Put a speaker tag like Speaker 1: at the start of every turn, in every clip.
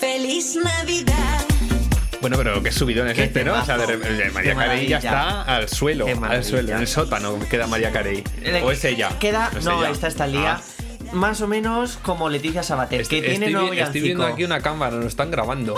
Speaker 1: Feliz Navidad.
Speaker 2: Bueno, pero qué subidón es
Speaker 3: Qué
Speaker 2: este, ¿no? O sea, de
Speaker 3: temazo.
Speaker 2: repente, María
Speaker 3: Qué
Speaker 2: Carey ya
Speaker 3: maravilla.
Speaker 2: está al suelo,
Speaker 3: Qué
Speaker 2: al
Speaker 3: maravilla.
Speaker 2: suelo, en el sótano queda María Carey.
Speaker 3: Le-
Speaker 2: ¿O es ella?
Speaker 3: Queda,
Speaker 2: es
Speaker 3: no,
Speaker 2: ella.
Speaker 3: esta está Lía.
Speaker 2: Ah.
Speaker 3: Más o menos como Leticia Sabater,
Speaker 2: Est-
Speaker 3: que tiene
Speaker 2: vi-
Speaker 3: novia
Speaker 2: Este, estoy viendo aquí una cámara, nos están grabando.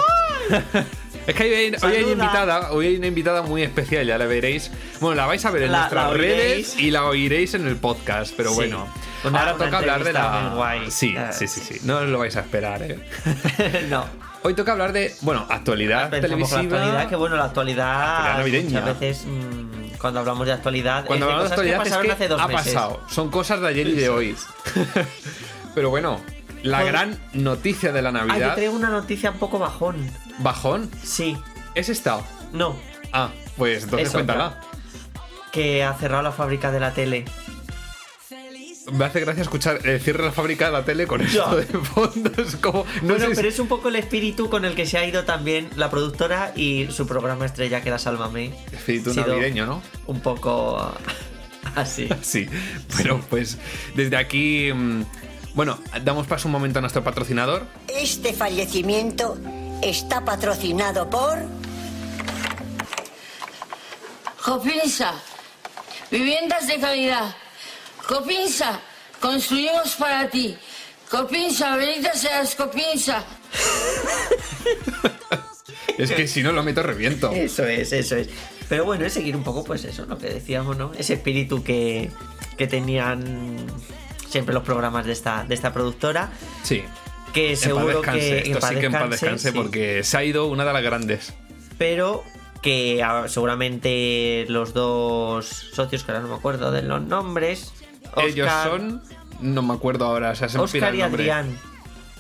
Speaker 2: Es que hoy hay, hoy hay
Speaker 3: Saluda.
Speaker 2: invitada, hoy hay una invitada muy especial, ya la veréis. Bueno, la vais a ver en
Speaker 3: La-
Speaker 2: nuestras
Speaker 3: la
Speaker 2: redes
Speaker 3: oiréis.
Speaker 2: y la oiréis en el podcast, pero
Speaker 3: Sí.
Speaker 2: bueno.
Speaker 3: Una-
Speaker 2: ahora
Speaker 3: una
Speaker 2: toca hablar de
Speaker 3: entrevista
Speaker 2: la.
Speaker 3: muy guay.
Speaker 2: Sí,
Speaker 3: Ah.
Speaker 2: sí, sí, sí. No os lo vais a esperar, ¿eh?
Speaker 3: no,
Speaker 2: Hoy toca hablar de, bueno, actualidad
Speaker 3: pensamos
Speaker 2: Ah, televisiva.
Speaker 3: con la actualidad, que bueno, la
Speaker 2: actualidad
Speaker 3: actualidad.
Speaker 2: navideña.
Speaker 3: Muchas veces mm, cuando hablamos de actualidad,
Speaker 2: Cuando
Speaker 3: es de
Speaker 2: hablamos de
Speaker 3: cosas
Speaker 2: actualidad
Speaker 3: que
Speaker 2: es
Speaker 3: pasaron
Speaker 2: que
Speaker 3: hace dos
Speaker 2: ha
Speaker 3: meses.
Speaker 2: pasado. Son cosas de ayer y de hoy. Pero bueno, la
Speaker 3: Joder.
Speaker 2: gran noticia de la
Speaker 3: Ah, Pues- yo
Speaker 2: Navidad,
Speaker 3: traigo una noticia un poco bajón.
Speaker 2: bajón,
Speaker 3: Sí,
Speaker 2: es esta.
Speaker 3: no,
Speaker 2: Ah, pues entonces
Speaker 3: Es otra.
Speaker 2: cuéntala.
Speaker 3: que ha cerrado la fábrica de la tele.
Speaker 2: Me hace gracia escuchar el cierre de la fábrica de la tele con esto
Speaker 3: Ya.
Speaker 2: de fondo. Es como. No
Speaker 3: Bueno,
Speaker 2: sé si-
Speaker 3: pero es un poco el espíritu con el que se ha ido también la productora y su programa estrella, que era Sálvame.
Speaker 2: Espíritu
Speaker 3: Ha sido
Speaker 2: navideño, ¿no?
Speaker 3: Un poco así.
Speaker 2: Sí, pero pues desde aquí. mm, Bueno, damos paso un momento a nuestro patrocinador.
Speaker 4: Este fallecimiento está patrocinado por...
Speaker 5: Copinsa, viviendas de calidad. Copinsa, construimos para ti. Copinsa, benditas seas Copinsa.
Speaker 2: Es que si no lo meto, reviento.
Speaker 3: Eso es, eso es. Pero bueno, es seguir un poco, pues eso, lo que decíamos, ¿no? Ese espíritu que, que tenían siempre los programas de esta, de esta productora.
Speaker 2: Sí.
Speaker 3: Que
Speaker 2: En paz
Speaker 3: seguro
Speaker 2: descanse.
Speaker 3: que.
Speaker 2: Esto sí que en paz descanse
Speaker 3: sí.
Speaker 2: porque se ha ido una de las grandes.
Speaker 3: Pero que ah, seguramente los dos socios, que ahora no me acuerdo de los nombres.
Speaker 2: Ellos
Speaker 3: Oscar-
Speaker 2: son. No me acuerdo ahora. O sea, se me pira
Speaker 3: Oscar
Speaker 2: el
Speaker 3: y
Speaker 2: nombre.
Speaker 3: Adrián.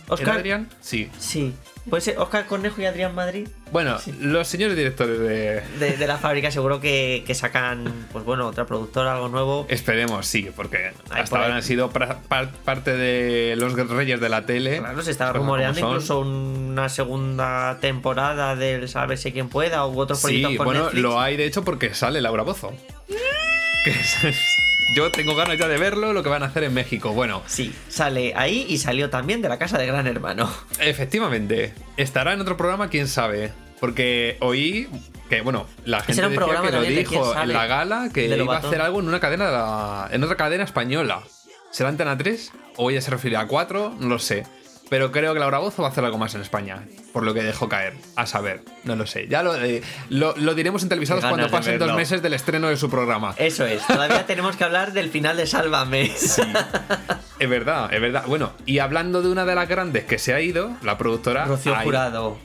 Speaker 2: ¿Era
Speaker 3: Oscar.
Speaker 2: Adrián? Sí.
Speaker 3: Sí. Puede ser Oscar Cornejo y Adrián Madrid.
Speaker 2: Bueno, los señores directores de.
Speaker 3: De, de la fábrica seguro que, que sacan, pues bueno, otra productora, algo nuevo.
Speaker 2: Esperemos, sí, porque
Speaker 3: Ay,
Speaker 2: hasta
Speaker 3: por
Speaker 2: ahora
Speaker 3: ahí.
Speaker 2: han sido pra- par- parte de los reyes de la tele.
Speaker 3: Claro, se estaba
Speaker 2: Cosas como
Speaker 3: rumoreando
Speaker 2: son.
Speaker 3: incluso una segunda temporada del Sálvese quien pueda u otros proyectos
Speaker 2: Sí,
Speaker 3: por
Speaker 2: bueno,
Speaker 3: Netflix.
Speaker 2: lo hay de hecho porque sale Laura Bozo. Que es- Yo tengo ganas ya de verlo, lo que van a hacer en México. Bueno,
Speaker 3: Sí, sale ahí y salió también de la casa de Gran Hermano.
Speaker 2: Efectivamente. Estará en otro programa, quién sabe. Porque oí que, bueno, la gente
Speaker 3: era un
Speaker 2: decía
Speaker 3: programa
Speaker 2: que lo
Speaker 3: también de quién
Speaker 2: dijo en
Speaker 3: sabe,
Speaker 2: la gala, que
Speaker 3: de
Speaker 2: iba
Speaker 3: lo
Speaker 2: a
Speaker 3: batón.
Speaker 2: hacer algo en una cadena de la- en otra cadena española. ¿Será Antena 3? ¿O ella se refiere a 4? No lo sé. Pero creo que Laura Bozo va a hacer algo más en España, por lo que dejó caer. A saber, no lo sé. Ya lo, eh, lo, lo diremos en televisados
Speaker 3: Qué
Speaker 2: cuando
Speaker 3: ganas de
Speaker 2: pasen dos
Speaker 3: verlo. Eh.
Speaker 2: meses del estreno de su programa.
Speaker 3: Eso es, todavía tenemos que hablar del final de Sálvame.
Speaker 2: Es verdad, es verdad. Bueno, y hablando de una de las grandes que se ha ido, la productora...
Speaker 3: Rocío
Speaker 2: Ay,
Speaker 3: Jurado.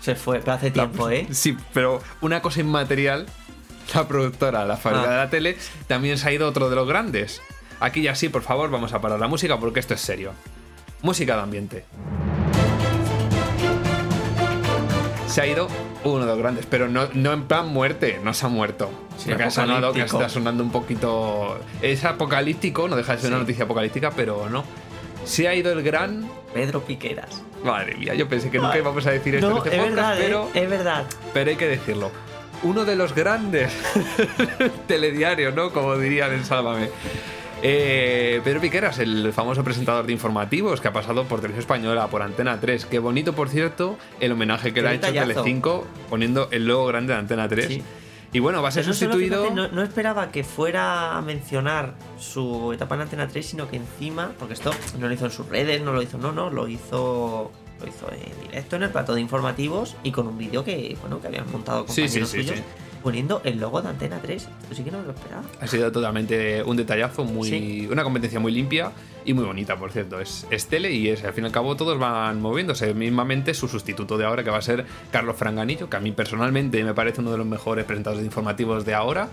Speaker 3: Se fue, pero hace tiempo, ¿eh?
Speaker 2: Sí, pero una cosa inmaterial, la productora, la fábrica
Speaker 3: Ah.
Speaker 2: de la tele, también se ha ido otro de los grandes. Aquí ya sí, por favor, vamos a parar la música porque esto es serio. Música de ambiente. Se ha ido uno de los grandes, pero no, no en plan muerte, no se ha muerto.
Speaker 3: Sí,
Speaker 2: Porque ha sonado que
Speaker 3: apocalíptico.
Speaker 2: está sonando un poquito. Es apocalíptico, no deja de ser una noticia apocalíptica, pero no. Se ha ido el gran.
Speaker 3: Pedro Piqueras.
Speaker 2: Madre mía, yo pensé que nunca íbamos a decir esto
Speaker 3: no,
Speaker 2: en este
Speaker 3: es
Speaker 2: podcast,
Speaker 3: verdad, ¿eh?
Speaker 2: pero,
Speaker 3: es verdad.
Speaker 2: pero hay que decirlo. Uno de los grandes telediarios, ¿no? Como dirían en Sálvame. Eh, Pedro Piqueras, el famoso presentador de informativos que ha pasado por Televisión Española, por Antena 3. Qué bonito, por cierto, el homenaje que
Speaker 3: Qué
Speaker 2: le ha hecho
Speaker 3: detallazo.
Speaker 2: Telecinco poniendo el logo grande de Antena 3.
Speaker 3: Sí.
Speaker 2: Y bueno, va a ser
Speaker 3: Pero no solo,
Speaker 2: Pues sustituido.
Speaker 3: fíjate, no, no esperaba que fuera a mencionar su etapa en Antena 3, sino que encima, porque esto no lo hizo en sus redes, no lo hizo, no, no, lo hizo lo hizo en directo en el plato de informativos y con un vídeo que, bueno, que habían montado
Speaker 2: Sí,
Speaker 3: compañeros
Speaker 2: sí, sí,
Speaker 3: suyos
Speaker 2: sí.
Speaker 3: poniendo el logo de Antena 3. Esto sí que no me lo esperaba.
Speaker 2: Ha sido totalmente un detallazo, muy,
Speaker 3: Sí.
Speaker 2: una competencia muy limpia y muy bonita, por cierto. Es, es tele y es, al fin y al cabo todos van moviéndose. Mismamente su sustituto de ahora, que va a ser Carlos Franganillo, que a mí personalmente me parece uno de los mejores presentadores de informativos de ahora.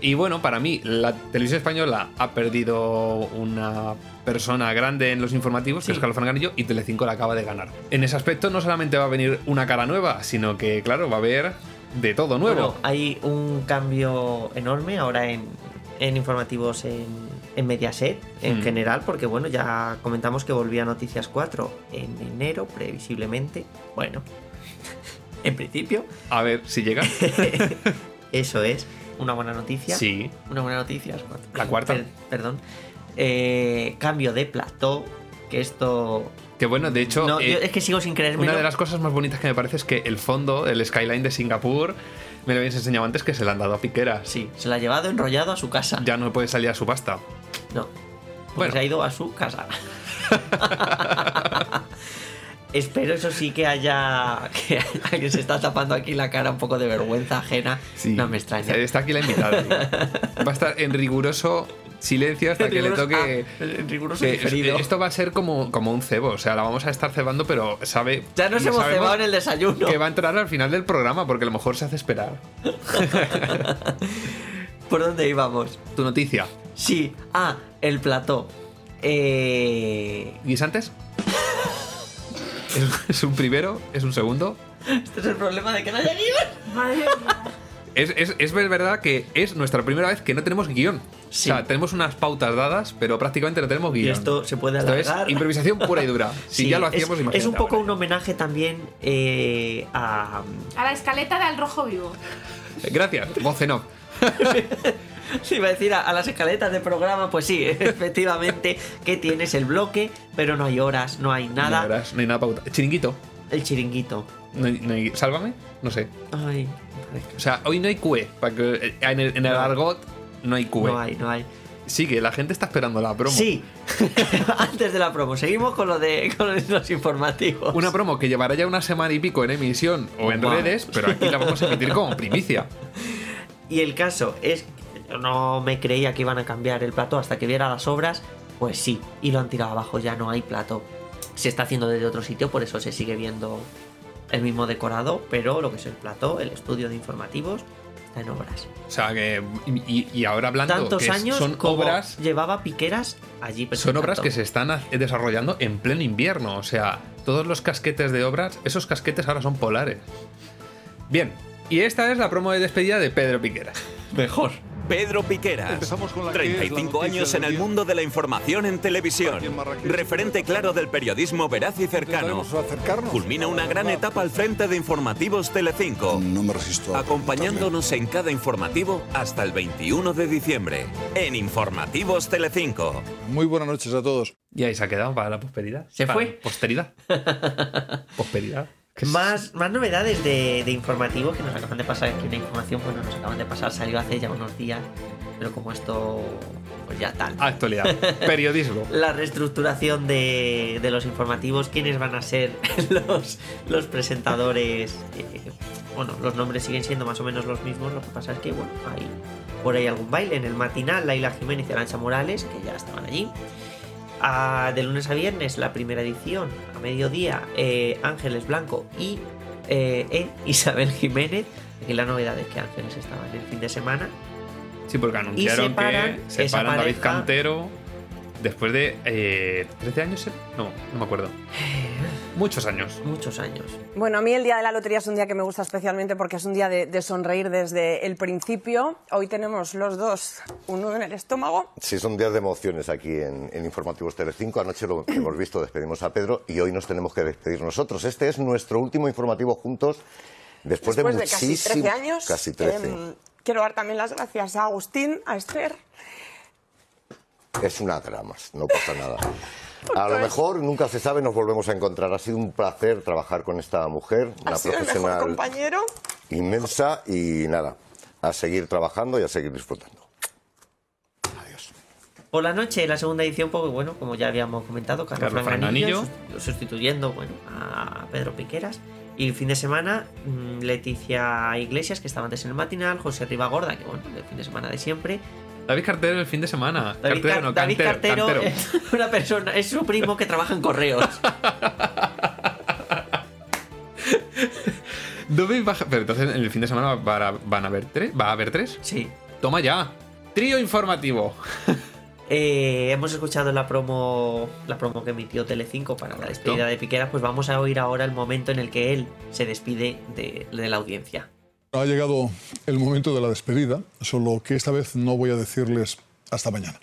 Speaker 2: Y bueno, para mí la televisión española ha perdido una persona grande en los informativos, que
Speaker 3: Sí.
Speaker 2: es Carlos Franganillo, y Telecinco la acaba de ganar. En ese aspecto no solamente va a venir una cara nueva, sino que, claro, va a haber de todo nuevo.
Speaker 3: Bueno, hay un cambio enorme ahora en, en informativos en, en Mediaset en
Speaker 2: Mm.
Speaker 3: general, porque bueno, ya comentamos que volvía Noticias 4 en enero, previsiblemente. Bueno, en principio,
Speaker 2: A ver si llega.
Speaker 3: eso es una buena noticia.
Speaker 2: sí.
Speaker 3: Una buena noticia. es cuatro.
Speaker 2: La cuarta.
Speaker 3: Per- perdón. Eh, cambio de plató, que esto...
Speaker 2: Que bueno, de hecho,
Speaker 3: no,
Speaker 2: eh,
Speaker 3: yo es que sigo sin creerme.
Speaker 2: una de las cosas más bonitas que me parece es que el fondo, el skyline de Singapur, me lo habéis enseñado antes que se lo han dado a Piqueras.
Speaker 3: Sí, se la ha llevado enrollado a su casa.
Speaker 2: Ya no puede salir a subasta.
Speaker 3: No. Porque
Speaker 2: Bueno.
Speaker 3: se ha ido a su casa. Espero eso sí que haya que haya- que se está tapando aquí la cara un poco de vergüenza ajena. No me extraña.
Speaker 2: Está aquí la invitada. tío. Va a estar en riguroso silencio hasta que le
Speaker 3: Riguroso-
Speaker 2: toque.
Speaker 3: ah, en riguroso
Speaker 2: que
Speaker 3: diferido.
Speaker 2: esto va a ser como, como un cebo, o sea, la vamos a estar cebando, pero sabe.
Speaker 3: Ya nos
Speaker 2: no
Speaker 3: hemos
Speaker 2: sabemos
Speaker 3: cebado en el desayuno.
Speaker 2: Que va a entrar al final del programa, porque a lo mejor se hace esperar.
Speaker 3: ¿Por dónde íbamos?
Speaker 2: Tu noticia.
Speaker 3: Sí, ah, el plató. Eh,
Speaker 2: ¿Guisantes? ¿Es- ¿Es un primero? ¿Es un segundo?
Speaker 3: Este es el problema de que no haya guión.
Speaker 2: Es, es- es ver- verdad que es nuestra primera vez que no tenemos guión.
Speaker 3: Sí.
Speaker 2: O sea, tenemos unas pautas dadas, pero prácticamente no tenemos guión.
Speaker 3: Y esto se puede
Speaker 2: Esto
Speaker 3: alargar.
Speaker 2: es improvisación pura y dura. Si
Speaker 3: Sí,
Speaker 2: ya lo
Speaker 3: es-
Speaker 2: hacíamos,
Speaker 3: es,
Speaker 2: imagínate.
Speaker 3: un poco
Speaker 2: ahora.
Speaker 3: un homenaje también eh, a.
Speaker 6: A la escaleta del rojo vivo.
Speaker 2: Gracias, voce no.
Speaker 3: Sí, iba a decir a, a las escaletas de programa, pues sí, efectivamente, que tienes el bloque, pero no hay horas, no hay nada.
Speaker 2: No, verás, no hay nada pauta. Chiringuito.
Speaker 3: El chiringuito.
Speaker 2: No hay- no hay- Sálvame. No sé.
Speaker 3: Ay,
Speaker 2: O sea, hoy no hay QE. Para que, eh, en el, en el
Speaker 3: No.
Speaker 2: argot no hay QE.
Speaker 3: no hay, no hay.
Speaker 2: Sí, que la gente está esperando la promo.
Speaker 3: Sí, antes de la promo, seguimos con lo de con los informativos.
Speaker 2: Una promo que llevará ya una semana y pico en emisión o en
Speaker 3: Guau.
Speaker 2: redes, pero aquí la vamos a emitir como primicia.
Speaker 3: Y el caso es que yo no me creía que iban a cambiar el plato hasta que viera las obras. Pues sí, y lo han tirado abajo, ya no hay plato. Se está haciendo desde otro sitio, por eso se sigue viendo el mismo decorado, pero lo que es el plato, el estudio de informativos, está en obras.
Speaker 2: O sea, que. Y, y ahora hablando.
Speaker 3: Tantos
Speaker 2: que
Speaker 3: años
Speaker 2: son
Speaker 3: como
Speaker 2: obras.
Speaker 3: llevaba Piqueras allí
Speaker 2: Son
Speaker 3: presentando.
Speaker 2: obras que se están ha- desarrollando en pleno invierno. O sea, todos los casquetes de obras, esos casquetes ahora son polares. Bien, y esta es la promo de despedida de Pedro Piqueras.
Speaker 3: Mejor.
Speaker 7: Pedro Piqueras,
Speaker 8: Empezamos con la que es la
Speaker 7: 35
Speaker 8: noticia
Speaker 7: años
Speaker 8: del
Speaker 7: en el
Speaker 8: día.
Speaker 7: mundo de la información en televisión,
Speaker 8: Aquí en Marrakech.
Speaker 7: referente claro del periodismo veraz y cercano.
Speaker 8: Intentaremos acercarnos.
Speaker 7: Culmina una gran
Speaker 8: Verdad.
Speaker 7: etapa al frente de Informativos Telecinco,
Speaker 8: Mm, No me resisto. a
Speaker 7: acompañándonos en cada informativo hasta el 21 de diciembre, en Informativos Telecinco.
Speaker 8: apuntarme. Muy buenas noches a todos.
Speaker 2: Y ahí se ha quedado para la prosperidad.
Speaker 3: Se
Speaker 2: Para
Speaker 3: fue.
Speaker 2: la Posteridad. Posteridad. Que es-
Speaker 3: Más, más novedades de, de informativos que nos acaban de pasar. Es que una información, bueno, nos acaban de pasar, salió hace ya unos días, pero como esto, pues ya tal.
Speaker 2: Actualidad. Periodismo.
Speaker 3: la reestructuración de, de los informativos, quiénes van a ser los, los presentadores. eh, bueno, los nombres siguen siendo más o menos los mismos, lo que pasa es que, bueno, hay por ahí algún baile. En el matinal, Laila Jiménez y Arancha Morales, que ya estaban allí. Ah, de lunes a viernes, la primera edición, a mediodía, eh, Ángeles Blanco y eh, eh, Isabel Jiménez. Aquí la novedad es que Ángeles estaba en el fin de semana.
Speaker 2: Sí, porque anunciaron
Speaker 3: separan
Speaker 2: que
Speaker 3: esa
Speaker 2: separan a David
Speaker 3: pareja.
Speaker 2: Cantero después de. eh, ¿13 años? ¿eh? No, no me acuerdo. Muchos años.
Speaker 3: Muchos años.
Speaker 9: Bueno, a mí el día de la lotería es un día que me gusta especialmente porque es un día de, de sonreír desde el principio. Hoy tenemos los dos un nudo en el estómago.
Speaker 10: Sí, son días de emociones aquí en, en Informativos Telecinco. Anoche lo hemos visto, despedimos a Pedro y hoy nos tenemos que despedir nosotros. Este es nuestro último informativo juntos después,
Speaker 9: Después
Speaker 10: de
Speaker 9: de casi
Speaker 10: muchísimo...
Speaker 9: 13 años.
Speaker 10: Casi 13.
Speaker 9: em, quiero dar también las gracias a Agustín, a Esther.
Speaker 10: Es una drama, no pasa nada. A
Speaker 9: Pues,
Speaker 10: lo mejor, nunca se sabe, nos volvemos a encontrar. Ha sido un placer trabajar con esta mujer,
Speaker 9: Ha
Speaker 10: una
Speaker 9: sido el mejor
Speaker 10: profesional
Speaker 9: compañero.
Speaker 10: inmensa y nada, a seguir trabajando y a seguir disfrutando.
Speaker 3: Por la noche, la segunda edición, porque bueno, como ya habíamos comentado, Carlos,
Speaker 2: Carlos
Speaker 3: Franganillo,
Speaker 2: Franganillo.
Speaker 3: sus- sustituyendo bueno, a Pedro Piqueras. Y el fin de semana, mm, Leticia Iglesias, que estaba antes en el matinal, José Ribagorda, que bueno, el fin de semana de siempre.
Speaker 2: David Cartero el fin de semana.
Speaker 3: David,
Speaker 2: Cartero,
Speaker 3: Car-
Speaker 2: no,
Speaker 3: David
Speaker 2: Cantero,
Speaker 3: Cartero,
Speaker 2: Cantero.
Speaker 3: es una persona, es su primo que trabaja en correos.
Speaker 2: David Baja- Pero entonces en el fin de semana va- va- van a haber tres. ¿Va a haber tres?
Speaker 3: Sí.
Speaker 2: Toma ya. Trío informativo.
Speaker 3: Eh, hemos escuchado la promo, la promo que emitió Telecinco para la
Speaker 2: Correcto.
Speaker 3: despedida de Piqueras, pues vamos a oír ahora el momento en el que él se despide de, de la audiencia.
Speaker 8: Ha llegado el momento de la despedida, solo que esta vez no voy a decirles hasta mañana.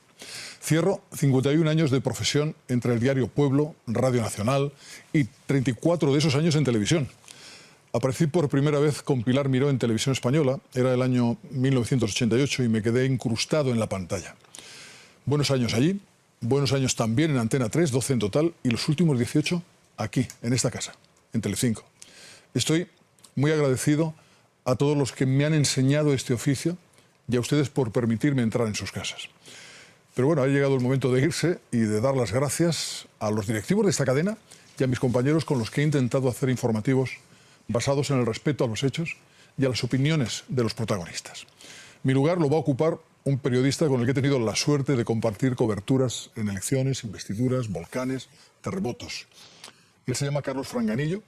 Speaker 8: Cierro 51 años de profesión entre el diario Pueblo, Radio Nacional y 34 de esos años en televisión. Aparecí por primera vez con Pilar Miró en televisión española, era el año 1988 y me quedé incrustado en la pantalla. Buenos años allí, buenos años también en Antena 3, 12 en total, y los últimos 18 aquí, en esta casa, en Telecinco. Estoy muy agradecido a todos los que me han enseñado este oficio y a ustedes por permitirme entrar en sus casas. Pero bueno, ha llegado el momento de irse y de dar las gracias a los directivos de esta cadena y a mis compañeros con los que he intentado hacer informativos basados en el respeto a los hechos y a las opiniones de los protagonistas. Mi lugar lo va a ocupar un periodista con el que he tenido la suerte de compartir coberturas en elecciones, investiduras, volcanes, terremotos. Él se llama Carlos Franganillo,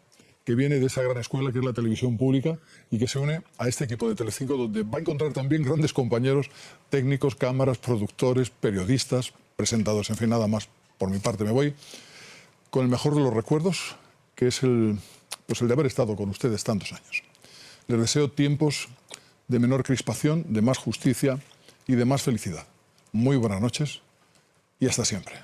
Speaker 8: que viene de esa gran escuela que es la televisión pública y que se une a este equipo de Telecinco, donde va a encontrar también grandes compañeros técnicos, cámaras, productores, periodistas, presentadores, en fin, nada más. Por mi parte me voy con el mejor de los recuerdos, que es el, pues el de haber estado con ustedes tantos años. Les deseo tiempos de menor crispación, de más justicia y de más felicidad. Muy buenas noches y hasta siempre.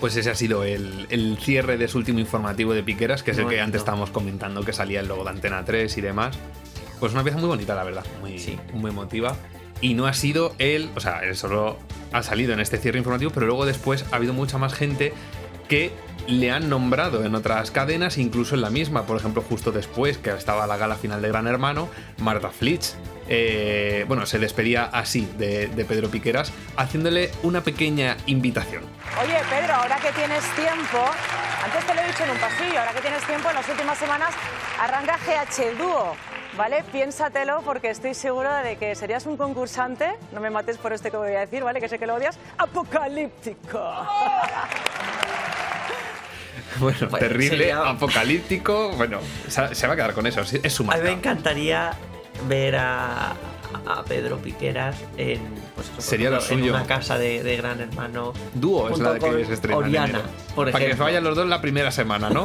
Speaker 2: Pues ese ha sido el, el cierre de su último informativo de Piqueras, que es el que
Speaker 3: Bonito.
Speaker 2: antes estábamos comentando que salía el logo de Antena 3 y demás. Pues una pieza muy bonita, la verdad, muy,
Speaker 3: Sí.
Speaker 2: muy emotiva. Y no ha sido él, o sea, él solo ha salido en este cierre informativo, pero luego después ha habido mucha más gente que le han nombrado en otras cadenas, incluso en la misma. Por ejemplo, justo después, que estaba la gala final de Gran Hermano, Marta Flitch, eh, bueno, se despedía así de, de Pedro Piqueras, haciéndole una pequeña invitación.
Speaker 9: Oye, Pedro, ahora que tienes tiempo, antes te lo he dicho en un pasillo, ahora que tienes tiempo, en las últimas semanas arranca GH el dúo, ¿vale? Piénsatelo porque estoy segura de que serías un concursante, no me mates por este que voy a decir, ¿vale? Que sé que lo odias, apocalíptico.
Speaker 2: Bueno,
Speaker 3: Bueno,
Speaker 2: terrible,
Speaker 3: sería-
Speaker 2: apocalíptico. Bueno, se, se va a quedar con eso, sí, es su
Speaker 3: A mí
Speaker 2: marca.
Speaker 3: me encantaría ver a, a Pedro Piqueras en, pues eso, por
Speaker 2: Sería lo
Speaker 3: en
Speaker 2: suyo.
Speaker 3: una casa de, de gran hermano.
Speaker 2: Dúo es
Speaker 3: junto
Speaker 2: la de
Speaker 3: con
Speaker 2: que se estrena. en
Speaker 3: Oriana,
Speaker 2: enero.
Speaker 3: por
Speaker 2: Para que
Speaker 3: ejemplo.
Speaker 2: vayan los dos la primera semana, ¿no?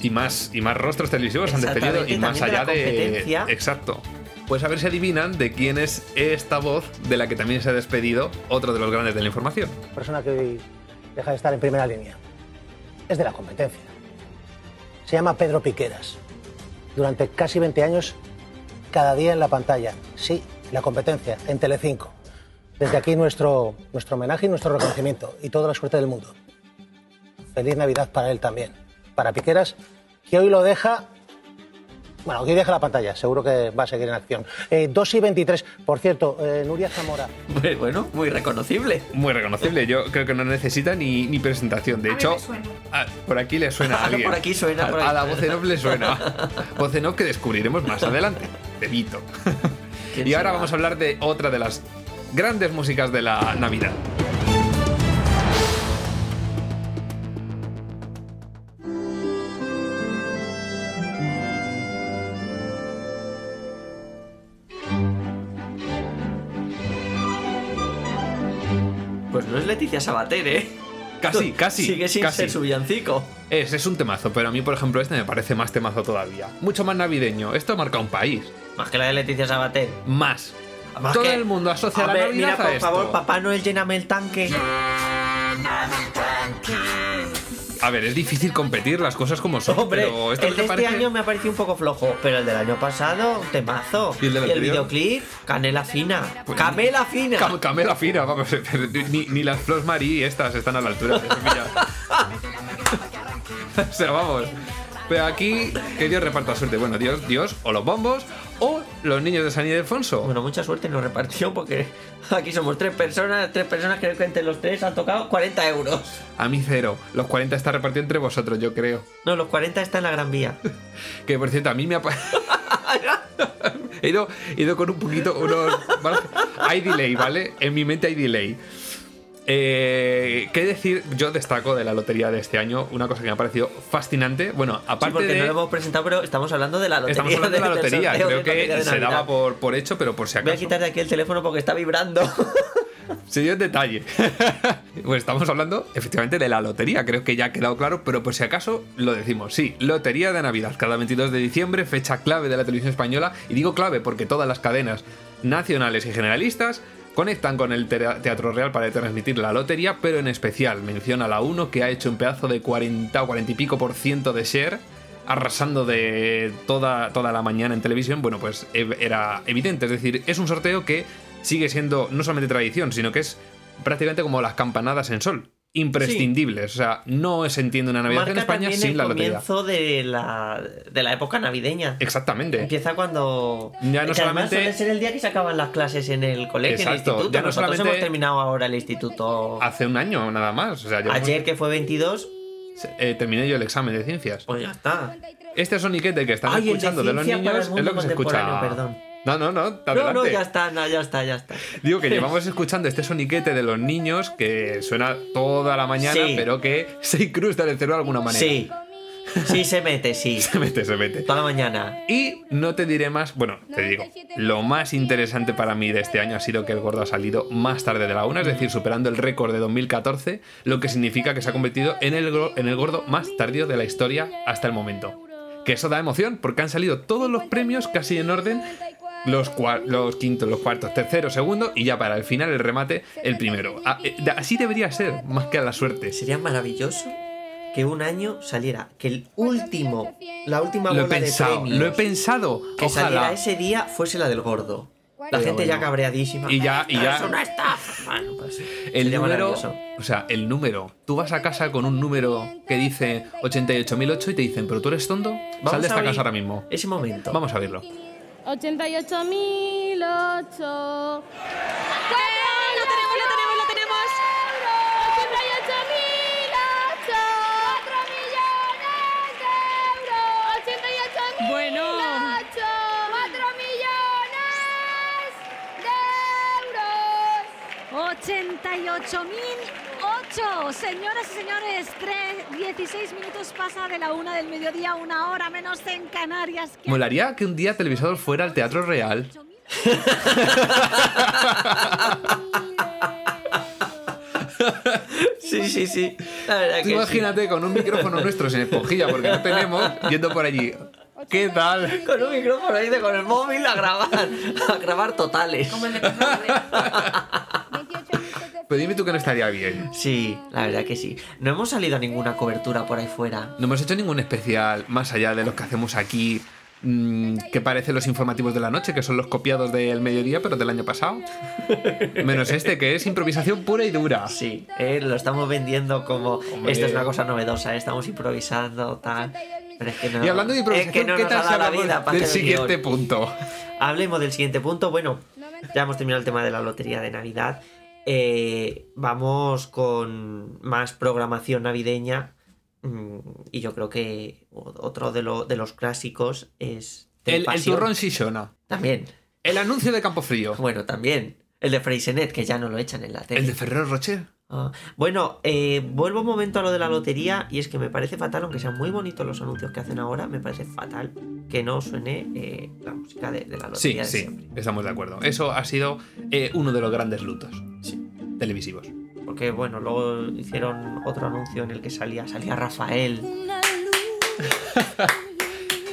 Speaker 2: y, más, y más rostros televisivos han despedido
Speaker 3: Exactamente,
Speaker 2: y más
Speaker 3: también de
Speaker 2: allá
Speaker 3: la
Speaker 2: de.
Speaker 3: competencia.
Speaker 2: Exacto. Pues a ver si adivinan de quién es esta voz de la que también se ha despedido otro de los grandes de la información.
Speaker 11: persona que hoy deja de estar en primera línea. Es de la competencia. Se llama Pedro Piqueras. Durante casi 20 años, cada día en la pantalla. Sí, la competencia, en Telecinco. Desde aquí nuestro, nuestro homenaje y nuestro reconocimiento y toda la suerte del mundo. Feliz Navidad para él también. Para Piqueras, que hoy lo deja... Bueno, que hoy deja la pantalla, seguro que va a seguir en acción. Eh, 2 y 23, por cierto, eh, Nuria Zamora.
Speaker 3: Bueno, muy reconocible.
Speaker 2: Muy reconocible, yo creo que no necesita ni, ni presentación. De
Speaker 6: A mí
Speaker 2: hecho,
Speaker 6: me suena.
Speaker 2: ah, por aquí le suena a alguien.
Speaker 3: Por aquí suena,
Speaker 2: A,
Speaker 3: por aquí
Speaker 2: a la
Speaker 3: suena.
Speaker 2: voz en off le suena. Voz en off que descubriremos más adelante. De Vito.
Speaker 3: ¿Quién
Speaker 2: Y ahora
Speaker 3: será?
Speaker 2: vamos a hablar de otra de las grandes músicas de la Navidad.
Speaker 3: Pues no es Leticia Sabater, ¿eh?
Speaker 2: Casi, casi.
Speaker 3: Sigue sin
Speaker 2: casi.
Speaker 3: ser su villancico.
Speaker 2: Es, es un temazo, pero a mí, por ejemplo, este me parece más temazo todavía. Mucho más navideño. Esto marca un país.
Speaker 3: Más que la de Leticia Sabater.
Speaker 2: Más.
Speaker 3: Más
Speaker 2: Todo
Speaker 3: que-
Speaker 2: el mundo asocia
Speaker 3: A
Speaker 2: la
Speaker 3: ver,
Speaker 2: Navidad
Speaker 3: mira,
Speaker 2: a
Speaker 3: por
Speaker 2: esto.
Speaker 3: favor, Papá Noel, lléname el tanque.
Speaker 2: A ver, es difícil competir las cosas como son,
Speaker 3: Hombre,
Speaker 2: pero esto
Speaker 3: el
Speaker 2: que
Speaker 3: de
Speaker 2: te parece...
Speaker 3: este año me ha parecido un poco flojo, pero el del año pasado, temazo.
Speaker 2: ¿Y el del anterior? Pues
Speaker 3: videoclip, canela fina. Camela fina.
Speaker 2: Cam- camela fina, vamos. pero Ni, ni las Flores Marí estas están a la altura. de eso, mira. o sea, vamos. Pero aquí, que Dios reparta suerte. Bueno, Dios, Dios, o los bombos, o los niños de San Ildefonso.
Speaker 3: Bueno, mucha suerte nos repartió porque aquí somos tres personas, tres personas creo que entre los tres han tocado 40 euros.
Speaker 2: A mí cero. Los 40 está repartido entre vosotros, yo creo.
Speaker 3: No, los 40 está en la Gran Vía.
Speaker 2: Que por cierto, a mí me ha. pa- he, ido, he ido con un poquito. Unos... ¿vale? Hay delay, ¿vale? En mi mente hay delay. Eh, ¿Qué decir? Yo destaco de la lotería de este año una cosa que me ha parecido fascinante. Bueno,
Speaker 3: Sí,
Speaker 2: aparte
Speaker 3: porque
Speaker 2: de.
Speaker 3: no lo hemos presentado, pero estamos hablando de la lotería.
Speaker 2: Estamos hablando de la
Speaker 3: del
Speaker 2: lotería.
Speaker 3: sorteo
Speaker 2: Creo
Speaker 3: de familia
Speaker 2: que
Speaker 3: de
Speaker 2: se
Speaker 3: Navidad.
Speaker 2: daba por, por hecho, pero por si
Speaker 3: Voy a
Speaker 2: acaso.
Speaker 3: quitar de aquí el teléfono porque está vibrando.
Speaker 2: Se dio en detalle. pues estamos hablando efectivamente de la lotería, creo que ya ha quedado claro, pero por si acaso lo decimos. Sí, lotería de Navidad, cada 22 de diciembre, fecha clave de la televisión española, y digo clave porque todas las cadenas nacionales y generalistas conectan con el Tea- Teatro Real para transmitir la lotería, pero en especial menciona la 1 que ha hecho un pedazo de 40 o 40 y pico por ciento de share arrasando de toda, toda la mañana en televisión, bueno, pues ev- era evidente. Es decir, es un sorteo que sigue siendo no solamente tradición, sino que es prácticamente como las campanadas en sol. Imprescindibles. O sea, no se entiende una Navidad
Speaker 3: Marca
Speaker 2: en España
Speaker 3: también
Speaker 2: sin
Speaker 3: el
Speaker 2: la lotería.
Speaker 3: comienzo de la, de la época navideña.
Speaker 2: Exactamente.
Speaker 3: Empieza cuando.
Speaker 2: Ya no
Speaker 3: que además
Speaker 2: solamente-
Speaker 3: suele ser el día que se acaban las clases en el colegio, en el
Speaker 2: Exacto,
Speaker 3: instituto.
Speaker 2: ya no
Speaker 3: Nosotros
Speaker 2: solamente-
Speaker 3: hemos terminado ahora el instituto.
Speaker 2: Hace un año nada más. O sea, llevamos-
Speaker 3: Ayer que fue 22.
Speaker 2: eh, terminé yo el examen de ciencias.
Speaker 3: Pues ya está.
Speaker 2: Este soniquete que están
Speaker 3: Ay, el de
Speaker 2: escuchando de, los
Speaker 3: ciencia
Speaker 2: niños
Speaker 3: para el
Speaker 2: es lo
Speaker 3: mundo
Speaker 2: que se escucha.
Speaker 3: contemporáneo, perdón.
Speaker 2: No, no, no.
Speaker 3: No, no,
Speaker 2: adelante.
Speaker 3: ya está, no, ya está, ya está.
Speaker 2: Digo que llevamos escuchando este soniquete de los niños que suena toda la mañana,
Speaker 3: Sí.
Speaker 2: pero que se incrusta en el cerebro de alguna manera.
Speaker 3: Sí. Sí, se mete, sí.
Speaker 2: Se mete, se mete.
Speaker 3: Toda la mañana.
Speaker 2: Y no te diré más, bueno, te digo, lo más interesante para mí de este año ha sido que el gordo ha salido más tarde de la una, es decir, superando el récord de 2014, lo que significa que se ha convertido en el, gro- en el gordo más tardío de la historia hasta el momento. Que eso da emoción, porque han salido todos los premios casi en orden, los, cua- los quintos, los cuartos, tercero, segundo, y ya para el final, el remate, el primero. A- eh, Así debería ser, más que a la suerte.
Speaker 3: Sería maravilloso que un año saliera, que el último, la última
Speaker 2: Lo he
Speaker 3: bola de
Speaker 2: pensado,
Speaker 3: premios
Speaker 2: lo he pensado.
Speaker 3: que saliera
Speaker 2: Ojalá.
Speaker 3: ese día fuese la del gordo. La
Speaker 2: Pero
Speaker 3: gente ya
Speaker 2: bueno.
Speaker 3: cabreadísima.
Speaker 2: Y ya- y ya-
Speaker 3: Es una estafa. Bueno, pues,
Speaker 2: El
Speaker 3: sería
Speaker 2: número,
Speaker 3: maravilloso.
Speaker 2: o sea, el número. Tú vas a casa con un número que dice 88.008 y te dicen, pero tú eres tonto, sal de
Speaker 3: a
Speaker 2: esta
Speaker 3: abrir
Speaker 2: casa ahora mismo.
Speaker 3: Ese momento.
Speaker 2: Vamos a verlo.
Speaker 12: 88.008. ¡Lo tenemos, lo tenemos, lo tenemos! ¡88.008! ¡4 millones de euros! ¡88.008! Bueno. ¡4 millones de euros! ¡88.008! Señoras y señores, 3, 16 minutos pasa de la una del mediodía, una hora menos en Canarias.
Speaker 2: Molaría que un día televisor fuera al Teatro Real.
Speaker 3: Sí, sí, sí. La verdad
Speaker 2: Tú
Speaker 3: que sí.
Speaker 2: imagínate con un micrófono nuestro sin esponjilla, porque no tenemos, yendo por allí. ¿Qué tal?
Speaker 3: Con un micrófono dice con el móvil a grabar. A grabar totales.
Speaker 2: Pero dime tú que no estaría bien.
Speaker 3: Sí, la verdad que sí. No hemos salido a ninguna cobertura por ahí fuera.
Speaker 2: No hemos hecho ningún especial más allá de los que hacemos aquí, mm, que parecen los informativos de la noche, que son los copiados del mediodía, pero del año pasado. Menos este, que es improvisación pura y dura.
Speaker 3: Sí, eh, lo estamos vendiendo como esto es una cosa novedosa, eh, estamos improvisando, tal. Pero es que no,
Speaker 2: Y hablando de
Speaker 3: es
Speaker 2: improvisación,
Speaker 3: que no
Speaker 2: ¿qué
Speaker 3: nos
Speaker 2: tal
Speaker 3: ha
Speaker 2: si
Speaker 3: dado la
Speaker 2: hablamos
Speaker 3: vida para
Speaker 2: del
Speaker 3: hacer el
Speaker 2: siguiente
Speaker 3: guión.
Speaker 2: punto?
Speaker 3: Hablemos del siguiente punto. Bueno, ya hemos terminado el tema de la lotería de Navidad. Eh, vamos con más programación navideña. Mm, Y yo creo que o- otro de, lo- de los clásicos es.
Speaker 2: El, el
Speaker 3: Pasión.
Speaker 2: turrón Shishona.
Speaker 3: También.
Speaker 2: El anuncio de Campofrío.
Speaker 3: Bueno, también. El de Freysenet, que ya no lo echan en la tele.
Speaker 2: El de Ferrero Rocher.
Speaker 3: Ah, bueno, eh, vuelvo un momento a lo de la lotería y es que me parece fatal, aunque sean muy bonitos los anuncios que hacen ahora, me parece fatal que no suene eh, la música de, de la
Speaker 2: Sí,
Speaker 3: lotería. de
Speaker 2: sí,
Speaker 3: siempre.
Speaker 2: estamos de acuerdo. Eso ha sido eh, uno de los grandes lutos televisivos.
Speaker 3: Porque bueno, luego hicieron otro anuncio en el que salía, salía Rafael.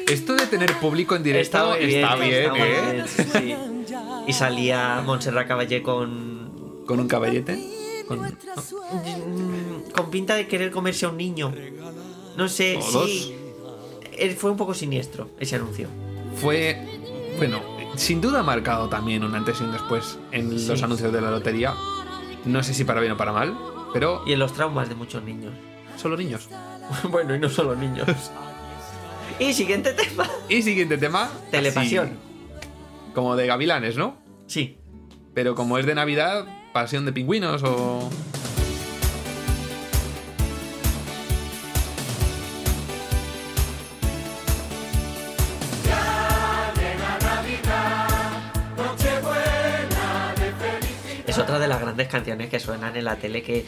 Speaker 2: Esto de tener público en directo
Speaker 3: Está muy bien,
Speaker 2: está bien,
Speaker 3: está muy
Speaker 2: ¿eh?
Speaker 3: bien, sí. Y salía ¿eh? Montserrat Caballé con.
Speaker 2: ¿Con un caballete?
Speaker 3: Con, Mm, con pinta de querer comerse a un niño. No sé,
Speaker 2: O
Speaker 3: sí. Eh, Fue un poco siniestro ese anuncio.
Speaker 2: Fue, bueno, sin duda ha marcado también un antes y un después en
Speaker 3: Sí.
Speaker 2: los anuncios de la lotería. No sé si para bien o para mal, pero...
Speaker 3: Y en los traumas de muchos niños.
Speaker 2: Solo niños.
Speaker 3: bueno, y no solo niños. Y siguiente tema.
Speaker 2: Y siguiente tema.
Speaker 3: Telepasión.
Speaker 2: así, como de gavilanes, ¿no?
Speaker 3: Sí.
Speaker 2: Pero como es de Navidad, pasión de pingüinos o...
Speaker 3: Es otra de las grandes canciones que suenan en la tele que.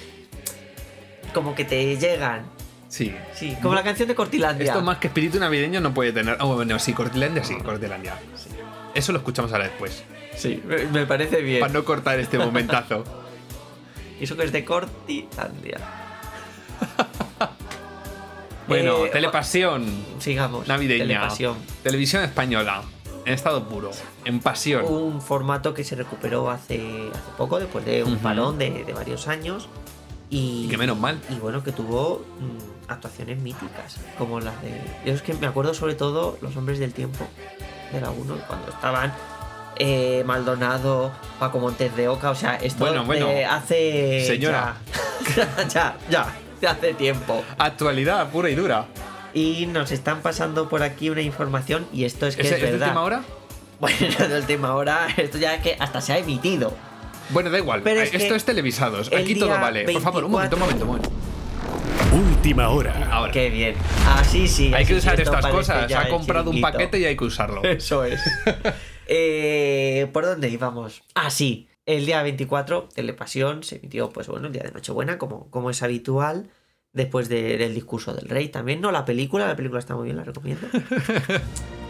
Speaker 3: Como que te llegan.
Speaker 2: Sí.
Speaker 3: Sí, como la canción de Cortilandia.
Speaker 2: Esto más que espíritu navideño no puede tener... Ah, bueno, sí, Cortilandia, sí, Cortilandia. Eso lo escuchamos ahora después.
Speaker 3: Sí, Eh, me me parece bien.
Speaker 2: Para no cortar este momentazo.
Speaker 3: Eso que es de Cortilandia.
Speaker 2: Bueno,
Speaker 3: Eh,
Speaker 2: telepasión.
Speaker 3: Sigamos.
Speaker 2: Navideña.
Speaker 3: Telepasión.
Speaker 2: Televisión española. En estado puro. En pasión.
Speaker 3: Un formato que se recuperó hace, hace poco, después de un
Speaker 2: Ujú.
Speaker 3: parón de, de varios años. Y,
Speaker 2: que menos mal.
Speaker 3: Y bueno, que tuvo mm, actuaciones míticas, como las de. Yo es que me acuerdo sobre todo Los Hombres del Tiempo, de la 1, cuando estaban eh, Maldonado, Paco Montes de Oca, o sea, esto
Speaker 2: Bueno, bueno.
Speaker 3: de hace.
Speaker 2: Señora.
Speaker 3: Ya, ya, ya, de hace tiempo.
Speaker 2: Actualidad pura y dura.
Speaker 3: Y nos están pasando por aquí una información, y esto es que
Speaker 2: ¿Es-
Speaker 3: es,
Speaker 2: es de
Speaker 3: verdad.
Speaker 2: última hora?
Speaker 3: Bueno, de última hora, esto ya es que hasta se ha emitido.
Speaker 2: Bueno, da igual.
Speaker 3: Pero es que
Speaker 2: Esto es televisados.
Speaker 3: el
Speaker 2: Aquí todo
Speaker 3: día
Speaker 2: vale. Por favor, un momento, un
Speaker 3: 24.
Speaker 2: momento, un momento.
Speaker 13: Última hora.
Speaker 3: Qué bien. Así sí.
Speaker 2: Hay que
Speaker 3: así sí,
Speaker 2: usar
Speaker 3: esto
Speaker 2: estas
Speaker 3: parece
Speaker 2: cosas.
Speaker 3: ya
Speaker 2: Ha
Speaker 3: el
Speaker 2: comprado un
Speaker 3: chiringuito.
Speaker 2: paquete y hay que usarlo.
Speaker 3: Eso es. Eh, ¿Por dónde íbamos? Ah, sí. El día 24, Telepasión se emitió, pues bueno, el día de Nochebuena, como, como es habitual, después de- del discurso del rey también. No la película, la película está muy bien, la recomiendo.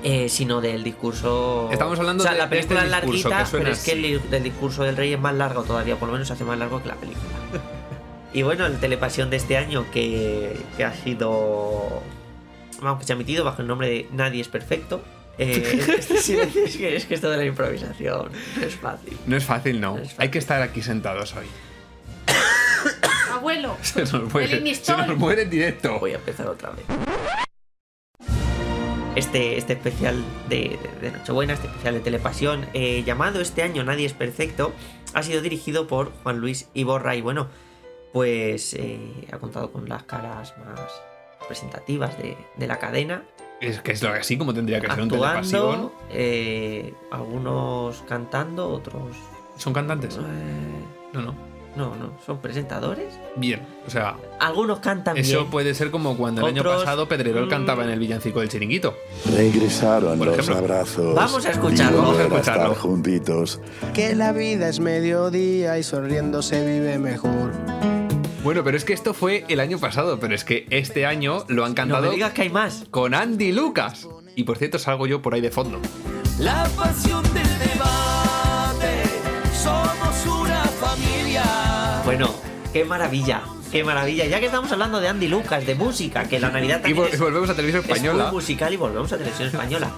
Speaker 3: Eh, sino del discurso.
Speaker 2: Estamos hablando
Speaker 3: o sea,
Speaker 2: de-
Speaker 3: la
Speaker 2: de
Speaker 3: película
Speaker 2: este
Speaker 3: es
Speaker 2: discurso,
Speaker 3: larguita,
Speaker 2: que suena
Speaker 3: pero es que
Speaker 2: así.
Speaker 3: el, el discurso del rey es más largo todavía, por lo menos se hace más largo que la película. Y bueno, el Telepasión de este año que, que ha sido. Vamos, que se ha emitido bajo el nombre de Nadie es perfecto. Eh, este silencio es, que, es que esto de la improvisación no es fácil.
Speaker 2: No es fácil, no. Hay que estar aquí sentados hoy.
Speaker 6: Abuelo.
Speaker 2: Se nos
Speaker 6: El
Speaker 2: muere. Se
Speaker 6: Inistol.
Speaker 2: nos muere en directo.
Speaker 3: Voy a empezar otra vez. Este, este especial de, de- de Nochebuena, este especial de Telepasión, eh, llamado este año Nadie es perfecto, ha sido dirigido por Juan Luis Iborra y bueno, pues eh, ha contado con las caras más representativas de, de la cadena,
Speaker 2: Es que es lo así como tendría que ser un telepasión.
Speaker 3: actuando, eh, algunos cantando, otros... eh,
Speaker 2: ¿Son cantantes?
Speaker 3: Ah.
Speaker 2: No, no.
Speaker 3: No, no, son presentadores.
Speaker 2: Bien. O sea,
Speaker 3: Algunos cantan
Speaker 2: eso
Speaker 3: bien.
Speaker 2: puede ser como cuando el año
Speaker 3: Otros,
Speaker 2: pasado Pedrerol
Speaker 3: mm,
Speaker 2: cantaba en el villancico del chiringuito.
Speaker 14: Regresaron
Speaker 2: Por
Speaker 14: los
Speaker 2: ejemplo.
Speaker 14: abrazos.
Speaker 2: Vamos a escucharlo.
Speaker 14: y
Speaker 2: Vamos a
Speaker 14: volver
Speaker 2: escucharlo.
Speaker 14: estar juntitos.
Speaker 15: Que la vida es mediodía y sonriendo se vive mejor.
Speaker 2: Bueno, pero es que esto fue el año pasado, pero es que este año lo han cantado.
Speaker 3: No me digas que hay más.
Speaker 2: Con Andy Lucas. Y por cierto, salgo yo por ahí de fondo.
Speaker 1: La pasión del debate, somos una familia.
Speaker 3: Bueno, qué maravilla, qué maravilla. Ya que estamos hablando de Andy Lucas, de música, que la Navidad
Speaker 2: Y,
Speaker 3: también
Speaker 2: vol-
Speaker 3: es-
Speaker 2: y volvemos a televisión española.
Speaker 3: Es muy musical y volvemos a televisión española.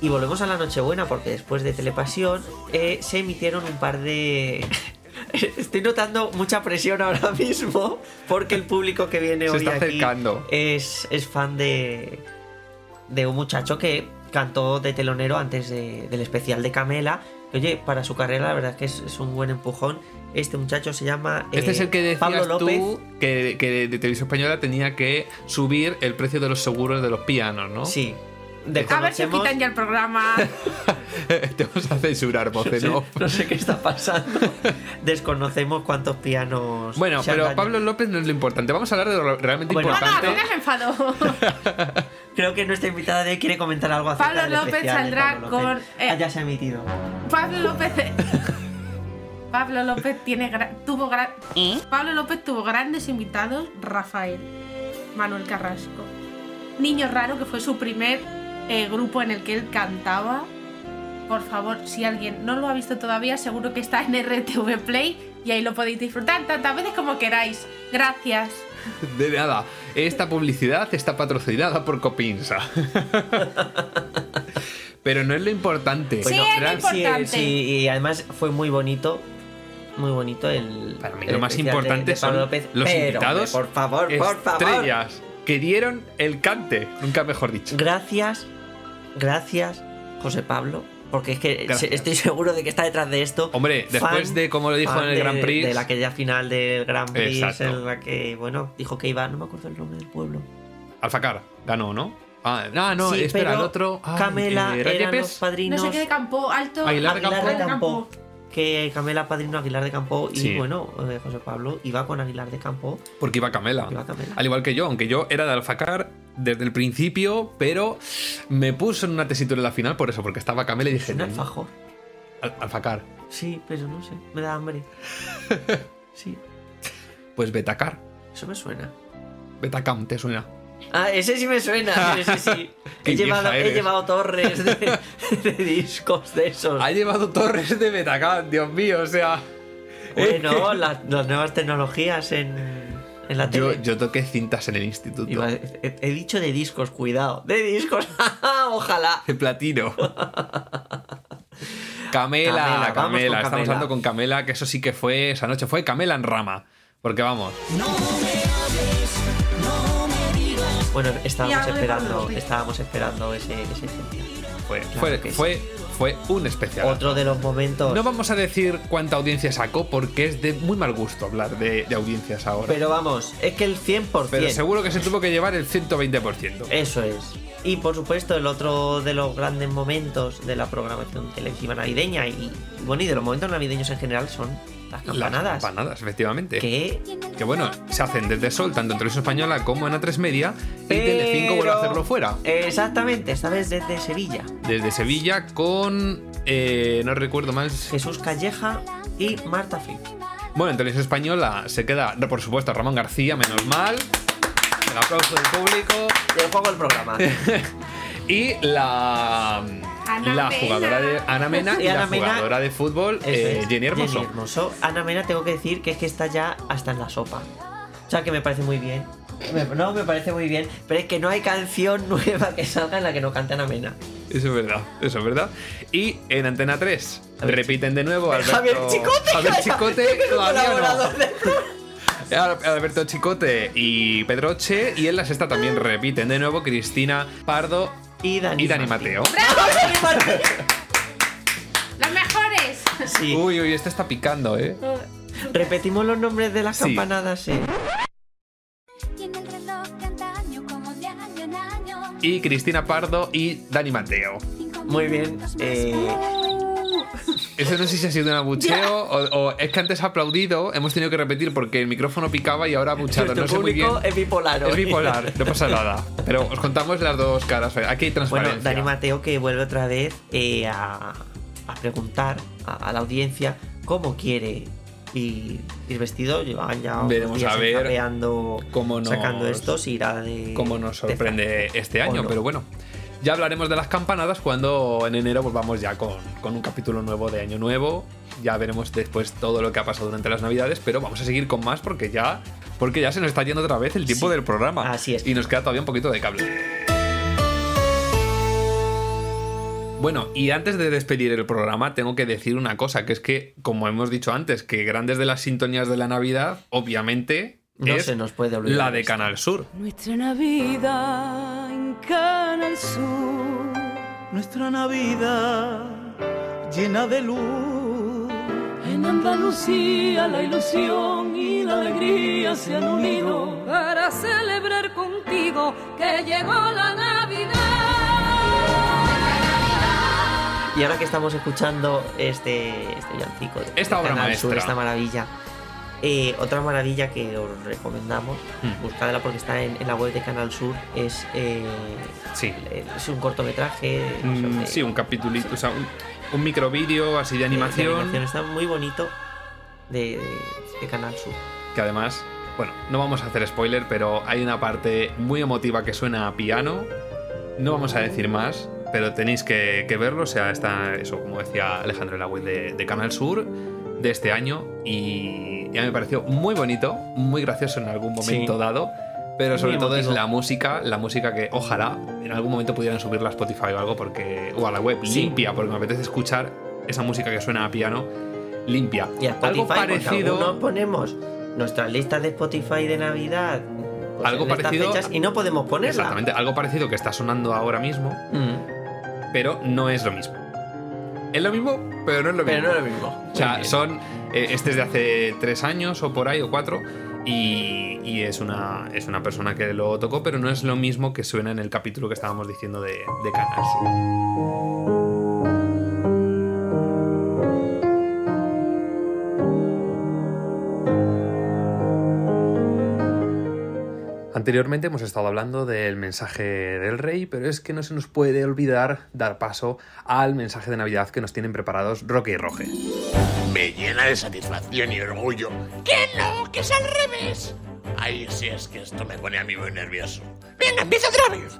Speaker 3: Y volvemos a la Nochebuena porque después de Telepasión eh, se emitieron un par de... Estoy notando mucha presión ahora mismo porque el público que viene
Speaker 2: Se
Speaker 3: hoy
Speaker 2: está
Speaker 3: aquí
Speaker 2: acercando.
Speaker 3: Es, es fan de, de un muchacho que cantó de telonero antes de- del especial de Camela. Que, Oye, para su carrera la verdad es que es, es un buen empujón. Este muchacho se llama
Speaker 2: Este
Speaker 3: eh,
Speaker 2: es el que decías
Speaker 3: Pablo López.
Speaker 2: tú que, que de televisión española tenía que subir el precio de los seguros de los pianos, ¿no?
Speaker 3: Sí.
Speaker 6: A ver si os quitan ya el programa.
Speaker 2: Te vas a censurar, voce,
Speaker 3: Sí,
Speaker 2: ¿no?
Speaker 3: no sé qué está pasando. Desconocemos cuántos pianos.
Speaker 2: Bueno,
Speaker 3: se han
Speaker 2: pero
Speaker 3: dañado.
Speaker 2: Pablo López no es lo importante. Vamos a hablar de lo realmente
Speaker 3: Bueno,
Speaker 6: Ah,
Speaker 2: importante.
Speaker 6: que me has enfadado.
Speaker 3: Creo que nuestra invitada de hoy quiere comentar algo acerca
Speaker 6: Pablo
Speaker 3: del
Speaker 6: López
Speaker 3: especial de
Speaker 6: saldrá
Speaker 3: Pablo López.
Speaker 6: con, eh,
Speaker 3: Ah, ya se ha emitido.
Speaker 6: Pablo López. Pablo López tiene gra- tuvo gra-
Speaker 3: ¿Eh?
Speaker 6: Pablo López tuvo grandes invitados, Rafael, Manuel Carrasco, Niño Raro, que fue su primer eh, grupo en el que él cantaba. Por favor, si alguien no lo ha visto todavía, seguro que está en RTV Play. Y ahí lo podéis disfrutar tantas veces como queráis. Gracias.
Speaker 2: De nada, esta publicidad está patrocinada por Copinsa. Pero no es lo importante.
Speaker 3: Bueno,
Speaker 2: Fran,
Speaker 3: Fran, sí, sí, y además fue muy bonito. Muy bonito el. Para
Speaker 2: Lo más importante son los invitados.
Speaker 3: por favor, por favor.
Speaker 2: Estrellas que dieron el cante. Nunca mejor dicho.
Speaker 3: Gracias, gracias, José Pablo. Porque es que
Speaker 2: Gracias.
Speaker 3: se- estoy seguro de que está detrás de esto.
Speaker 2: Hombre, después de como lo dijo
Speaker 3: fan
Speaker 2: en el
Speaker 3: de-
Speaker 2: Grand Prix-
Speaker 3: De la aquella final del Grand Prix,
Speaker 2: Exacto.
Speaker 3: en la que, bueno, dijo que iba, no me acuerdo el nombre del pueblo.
Speaker 2: Alfacar ganó, ¿no? Ah, no, no,
Speaker 3: Sí,
Speaker 2: espera,
Speaker 3: pero
Speaker 2: el otro. ah,
Speaker 3: Camela
Speaker 2: eh, Ray
Speaker 3: eran
Speaker 2: Yepes.
Speaker 3: los padrinos.
Speaker 6: No sé qué de campo, alto.
Speaker 3: Aguilar de Campo.
Speaker 6: Aguilar de Campo.
Speaker 3: Que Camela Padrino Aguilar de Campo y
Speaker 2: Sí.
Speaker 3: bueno, eh, José Pablo iba con Aguilar de Campo.
Speaker 2: Porque iba Camela. Al igual que yo, aunque yo era de Alfacar desde el principio, pero me puso en una tesitura en la final por eso, porque estaba Camela y dije. Un
Speaker 3: alfajor.
Speaker 2: alfacar.
Speaker 3: Sí, pero no sé, me da hambre. Sí.
Speaker 2: Pues Betacar.
Speaker 3: Eso me suena.
Speaker 2: Betacam, ¿te suena?
Speaker 3: Ah, ese sí me suena, ese sí.
Speaker 2: Qué
Speaker 3: he, llevado,
Speaker 2: vieja
Speaker 3: he
Speaker 2: eres.
Speaker 3: llevado torres de, de discos de esos.
Speaker 2: Ha llevado torres de Betacam, Dios mío, o sea.
Speaker 3: Bueno, la- las nuevas tecnologías en, en la
Speaker 2: Yo,
Speaker 3: tele.
Speaker 2: yo toqué cintas en el instituto.
Speaker 3: Iba- he, he dicho de discos, cuidado. De discos, ojalá.
Speaker 2: De platino. Camela,
Speaker 3: Camela, vamos
Speaker 2: Camela,
Speaker 3: con
Speaker 2: estamos
Speaker 3: Camela.
Speaker 2: hablando con Camela, que eso sí que fue, esa noche fue Camela en rama. Porque vamos,
Speaker 3: Bueno,
Speaker 2: Y
Speaker 3: estábamos
Speaker 2: algo de Pablo
Speaker 3: esperando,
Speaker 2: López.
Speaker 3: estábamos esperando ese, ese especial.
Speaker 2: fue,
Speaker 3: Claro
Speaker 2: fue,
Speaker 3: que sí.
Speaker 2: fue, fue un especial.
Speaker 3: Otro de los momentos.
Speaker 2: No vamos a decir cuánta audiencia sacó porque es de muy mal gusto hablar de, de audiencias ahora.
Speaker 3: Pero vamos, es que el 100%.
Speaker 2: Pero seguro que se tuvo que llevar el 120%.
Speaker 3: Eso es. Y por supuesto, el otro de los grandes momentos de la programación televisiva navideña y, y bueno, y de los momentos navideños en general son las campanadas.
Speaker 2: Las campanadas, efectivamente.
Speaker 3: Que,
Speaker 2: bueno, se hacen desde Sol, tanto en Televisión Española como en A3 Media, y Telecinco vuelve a
Speaker 3: Pero-
Speaker 2: hacerlo fuera.
Speaker 3: Exactamente, esta vez desde Sevilla.
Speaker 2: Desde Sevilla con... eh, no recuerdo más...
Speaker 3: Jesús Calleja y Marta Fink.
Speaker 2: Bueno, en Televisión Española se queda, por supuesto, Ramón García, menos mal. El aplauso del público.
Speaker 3: Del juego el programa.
Speaker 2: Eh, y la...
Speaker 3: Ana
Speaker 2: la
Speaker 3: Mena.
Speaker 2: jugadora de Ana Mena y,
Speaker 3: Y Ana
Speaker 2: la
Speaker 3: Mena.
Speaker 2: jugadora de fútbol
Speaker 3: Eso
Speaker 2: eh,
Speaker 3: es,
Speaker 2: Jenny Hermoso.
Speaker 3: Ana Mena, tengo que decir que es que está ya hasta en la sopa. O sea, que me parece muy bien. Me- no, me parece muy bien. Pero es que no hay canción nueva que salga en la que no cante Ana Mena.
Speaker 2: Eso es verdad, eso es verdad. Y en Antena 3, repiten de nuevo Alberto,
Speaker 3: Javier Chicote,
Speaker 2: Javier
Speaker 3: calla,
Speaker 2: Chicote,
Speaker 3: que es un
Speaker 2: todavía no. Eh,
Speaker 3: colaborador
Speaker 2: Al- Alberto Chicote y Pedroche. Y en la sexta también repiten de nuevo Cristina Pardo
Speaker 3: y Ah. Dani,
Speaker 2: Mateo.
Speaker 6: ¡Los mejores!
Speaker 2: Uy, uy, este está picando, ¿eh?
Speaker 3: Repetimos los nombres de las
Speaker 2: Sí.
Speaker 3: campanadas, sí.
Speaker 2: Y Cristina Pardo y Dani Mateo.
Speaker 3: Muy bien. eh,
Speaker 2: Eso no sé si ha sido un abucheo o, o es que antes ha aplaudido, hemos tenido que repetir porque el micrófono picaba y ahora ha abuchado.
Speaker 3: Nuestro
Speaker 2: No sé muy bien.
Speaker 3: público es bipolar
Speaker 2: Es
Speaker 3: hoy.
Speaker 2: bipolar, no pasa nada. Pero os contamos las dos caras. Aquí hay transparencia.
Speaker 3: Bueno, Dani Mateo que vuelve otra vez eh, a, a preguntar a, a la audiencia cómo quiere ir, ir vestido. Llevan ya unos
Speaker 2: Veremos
Speaker 3: días
Speaker 2: a ver
Speaker 3: encapeando,
Speaker 2: cómo nos-
Speaker 3: sacando esto, si irá de...
Speaker 2: cómo nos sorprende este
Speaker 3: o
Speaker 2: año,
Speaker 3: no.
Speaker 2: pero bueno. Ya hablaremos de las campanadas cuando en enero volvamos ya con, con un capítulo nuevo de Año Nuevo. Ya veremos después todo lo que ha pasado durante las Navidades, pero vamos a seguir con más porque ya, porque ya se nos está yendo otra vez el tiempo del programa. Así es. Y nos queda todavía un poquito de cable. Bueno, y antes de despedir el programa, tengo que decir una cosa, que es que, como hemos dicho antes, que grandes de las sintonías de la Navidad, obviamente,
Speaker 3: No
Speaker 2: es
Speaker 3: se nos puede olvidar
Speaker 2: la de
Speaker 3: esto.
Speaker 2: Canal Sur.
Speaker 16: Nuestra Navidad en Canal Sur.
Speaker 1: Nuestra Navidad llena de luz.
Speaker 16: En Andalucía la ilusión y la alegría se han unido para celebrar contigo que llegó la Navidad.
Speaker 3: Y ahora que estamos escuchando este, este villancico de
Speaker 2: Esta obra
Speaker 3: Canal Sur,
Speaker 2: maestra.
Speaker 3: esta maravilla, eh, otra maravilla que os recomendamos,
Speaker 2: Hmm.
Speaker 3: buscadla porque está en, en la web de Canal Sur, es, eh, el- es un cortometraje.
Speaker 2: Mm,
Speaker 3: sobre-
Speaker 2: sí, un capítulo, o sea, un, un microvídeo así de
Speaker 3: de
Speaker 2: animación,
Speaker 3: animación, Está muy bonito de, de Canal Sur.
Speaker 2: que además, bueno, no vamos a hacer spoiler, pero hay una parte muy emotiva que suena a piano. No vamos a decir más, pero tenéis que, que verlo, o sea, está eso, como decía Alejandro en la web de, de Canal Sur. de este año y ya me pareció muy bonito, muy gracioso en algún momento
Speaker 3: Sí.
Speaker 2: dado, pero sobre
Speaker 3: Muy
Speaker 2: todo es
Speaker 3: emotivo.
Speaker 2: la música, la música que ojalá en algún momento pudieran subirla a Spotify o algo porque o a la web
Speaker 3: Sí.
Speaker 2: limpia, porque me apetece escuchar esa música que suena a piano limpia.
Speaker 3: Y a Spotify,
Speaker 2: algo parecido
Speaker 3: no ponemos nuestras listas de Spotify de Navidad. pues,
Speaker 2: algo
Speaker 3: en estas
Speaker 2: parecido
Speaker 3: fechas y no podemos ponerla. Mm.
Speaker 2: Exactamente, algo parecido que está sonando ahora mismo, pero no es lo mismo. Es lo mismo, pero no es lo
Speaker 3: Pero
Speaker 2: mismo.
Speaker 3: no es lo mismo.
Speaker 2: O sea, son. eh, este es de hace tres años o por ahí o cuatro. Y, y es, una, es una persona que lo tocó, pero no es lo mismo que suena en el capítulo que estábamos diciendo de, de Canal Sur. Anteriormente hemos estado hablando del mensaje del rey, pero es que no se nos puede olvidar dar paso al mensaje de Navidad que nos tienen preparados Roque y Roge.
Speaker 17: Me llena de satisfacción y orgullo.
Speaker 18: ¡Que no! ¡Que es al revés!
Speaker 17: Ay, si es que esto me pone a mí muy nervioso.
Speaker 18: Venga, empieza otra vez.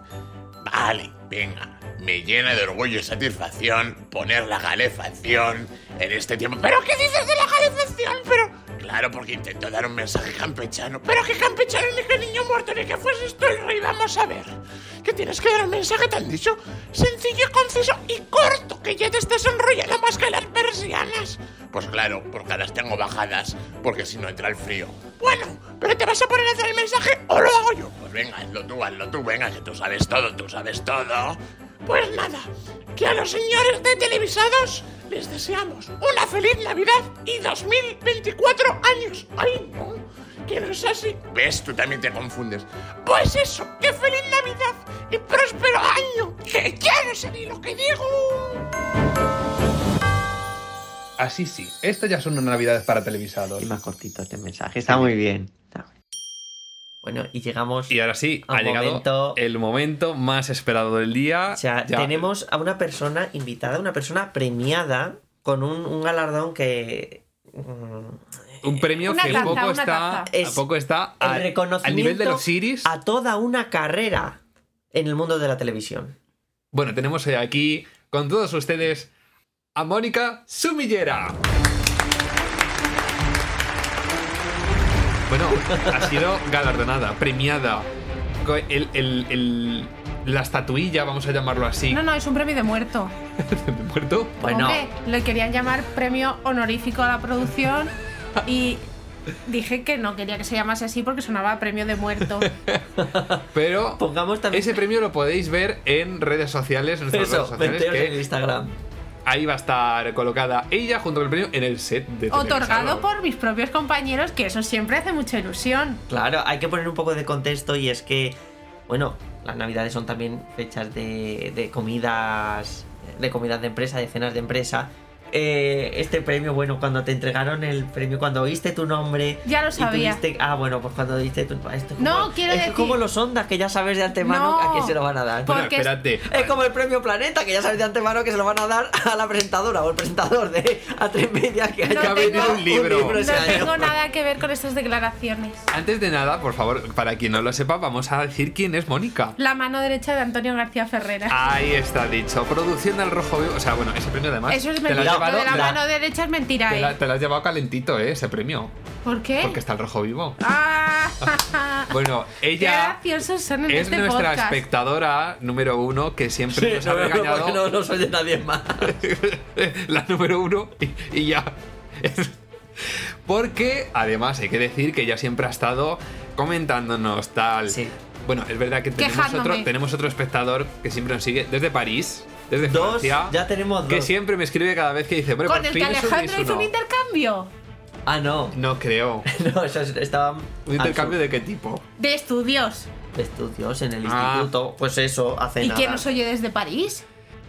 Speaker 17: Vale, venga. Me llena de orgullo y satisfacción poner la calefacción en este tiempo. Pero
Speaker 18: ¿Pero qué dices de la calefacción? Pero,
Speaker 17: claro, porque intento dar un mensaje campechano.
Speaker 18: pero qué campechano ni qué niño muerto ni que fueses tú el rey. Vamos a ver. Que tienes que dar un mensaje tan dicho, sencillo, conciso y corto, que ya te estás enrollando más que las persianas.
Speaker 17: Pues claro, porque las tengo bajadas, porque si no entra el frío.
Speaker 18: Bueno, pero te vas a poner a hacer el mensaje o lo hago yo.
Speaker 17: Pues venga, hazlo tú, hazlo tú, venga, que tú sabes todo, tú sabes todo.
Speaker 18: Pues nada, que a los señores de televisados les deseamos una feliz Navidad y 2024 años. ¡Ay, no! Que no es así.
Speaker 17: ¿Ves? Tú también te confundes.
Speaker 18: Pues eso, que feliz Navidad y próspero año. Que ya no sé ni lo que digo. Ah,
Speaker 2: Así sí, esto ya son unas Navidades para televisados.
Speaker 3: Y más cortito este mensaje. Está muy bien. Bueno, y llegamos.
Speaker 2: Y ahora sí,
Speaker 3: a un
Speaker 2: ha llegado
Speaker 3: momento-
Speaker 2: el momento más esperado del día.
Speaker 3: O sea,
Speaker 2: Ya-
Speaker 3: tenemos a una persona invitada, una persona premiada con un, un galardón que.
Speaker 2: un premio
Speaker 3: Una
Speaker 2: que
Speaker 3: taza,
Speaker 2: poco
Speaker 3: una
Speaker 2: está,
Speaker 3: taza. Es
Speaker 2: a poco está
Speaker 3: el
Speaker 2: al-
Speaker 3: reconocimiento
Speaker 2: al nivel de los Siris.
Speaker 3: a toda una carrera en el mundo de la televisión.
Speaker 2: Bueno, tenemos aquí con todos ustedes a Mónica Sumillera. Bueno, ha sido galardonada, premiada. co- el- el- el- la estatuilla, vamos a llamarlo así,
Speaker 6: No, no, es un premio de muerto.
Speaker 2: de muerto.
Speaker 6: Hombre, le querían llamar premio honorífico a la producción y dije que no quería que se llamase así porque sonaba a premio de muerto.
Speaker 2: Pero ese premio lo podéis ver en redes sociales, en nuestras
Speaker 3: Eso,
Speaker 2: redes sociales.
Speaker 3: meteos
Speaker 2: que
Speaker 3: en Instagram.
Speaker 2: Ahí va a estar colocada ella junto con el premio en el set de
Speaker 6: Otorgado
Speaker 2: Televisado.
Speaker 6: por mis propios compañeros, que eso siempre hace mucha ilusión.
Speaker 3: Claro, hay que poner un poco de contexto y es que, bueno, las navidades son también fechas de, de comidas, de comidas de empresa, de cenas de empresa. Eh, este premio, bueno, cuando te entregaron el premio, cuando oíste tu nombre...
Speaker 6: Ya lo
Speaker 3: y
Speaker 6: sabía.
Speaker 3: tuviste- ah, bueno, pues cuando oíste tu... Esto es como,
Speaker 6: No, quiero
Speaker 3: es
Speaker 6: decir-
Speaker 3: como los ondas, que ya sabes de antemano
Speaker 6: No,
Speaker 3: a quién se lo van a dar.
Speaker 2: Bueno, porque- espérate.
Speaker 3: Es como el premio Planeta, que ya sabes de antemano que se lo van a dar a la presentadora o el presentador de A Tres Medias que haya
Speaker 2: Que ha vendido un libro.
Speaker 3: ese
Speaker 6: No
Speaker 3: año.
Speaker 6: tengo nada que ver con estas declaraciones.
Speaker 2: Antes de nada, por favor, para quien no lo sepa, vamos a decir quién es Mónica.
Speaker 6: La mano derecha de Antonio García Ferrera.
Speaker 2: Ahí está dicho. Producción del Rojo Vivo. O sea, bueno, ese premio además.
Speaker 6: Eso es
Speaker 2: Ah, te lo has
Speaker 6: mentira.
Speaker 2: llevado-
Speaker 6: Lo de la
Speaker 2: te la-
Speaker 6: mano derecha es mentira,
Speaker 2: te la-
Speaker 6: ¿eh?
Speaker 2: te lo has llevado calentito, ¿eh? Ese premio.
Speaker 6: ¿Por qué?
Speaker 2: Porque está el Rojo Vivo.
Speaker 6: Ah,
Speaker 2: Bueno,
Speaker 6: qué
Speaker 2: ella.
Speaker 6: graciosos son en
Speaker 2: Es
Speaker 6: este
Speaker 2: nuestra
Speaker 6: podcast.
Speaker 2: espectadora número uno que siempre nos ha
Speaker 3: no, no,
Speaker 2: regañado.
Speaker 3: porque no nos oye nadie más.
Speaker 2: la número uno y, y ya. Porque además hay que decir que ella siempre ha estado comentándonos tal. Bueno, es verdad que tenemos
Speaker 3: Quejándome.
Speaker 2: otro, tenemos otro espectador que siempre nos sigue desde París, desde
Speaker 3: Dos,
Speaker 2: Francia.
Speaker 3: ya tenemos
Speaker 2: Que
Speaker 3: dos.
Speaker 2: siempre me escribe cada vez que dice, bueno,
Speaker 6: Con
Speaker 2: por
Speaker 6: el
Speaker 2: fin
Speaker 6: que
Speaker 2: subís
Speaker 6: Alejandro hizo
Speaker 2: uno".
Speaker 6: un intercambio
Speaker 3: Ah, no.
Speaker 2: No creo.
Speaker 3: no, eso es- estaba.
Speaker 2: ¿Un intercambio de qué tipo?
Speaker 6: de estudios.
Speaker 3: De estudios en el
Speaker 2: Ah.
Speaker 3: instituto. Pues eso, hace
Speaker 6: ¿Y
Speaker 3: nada.
Speaker 6: quién nos oye desde París?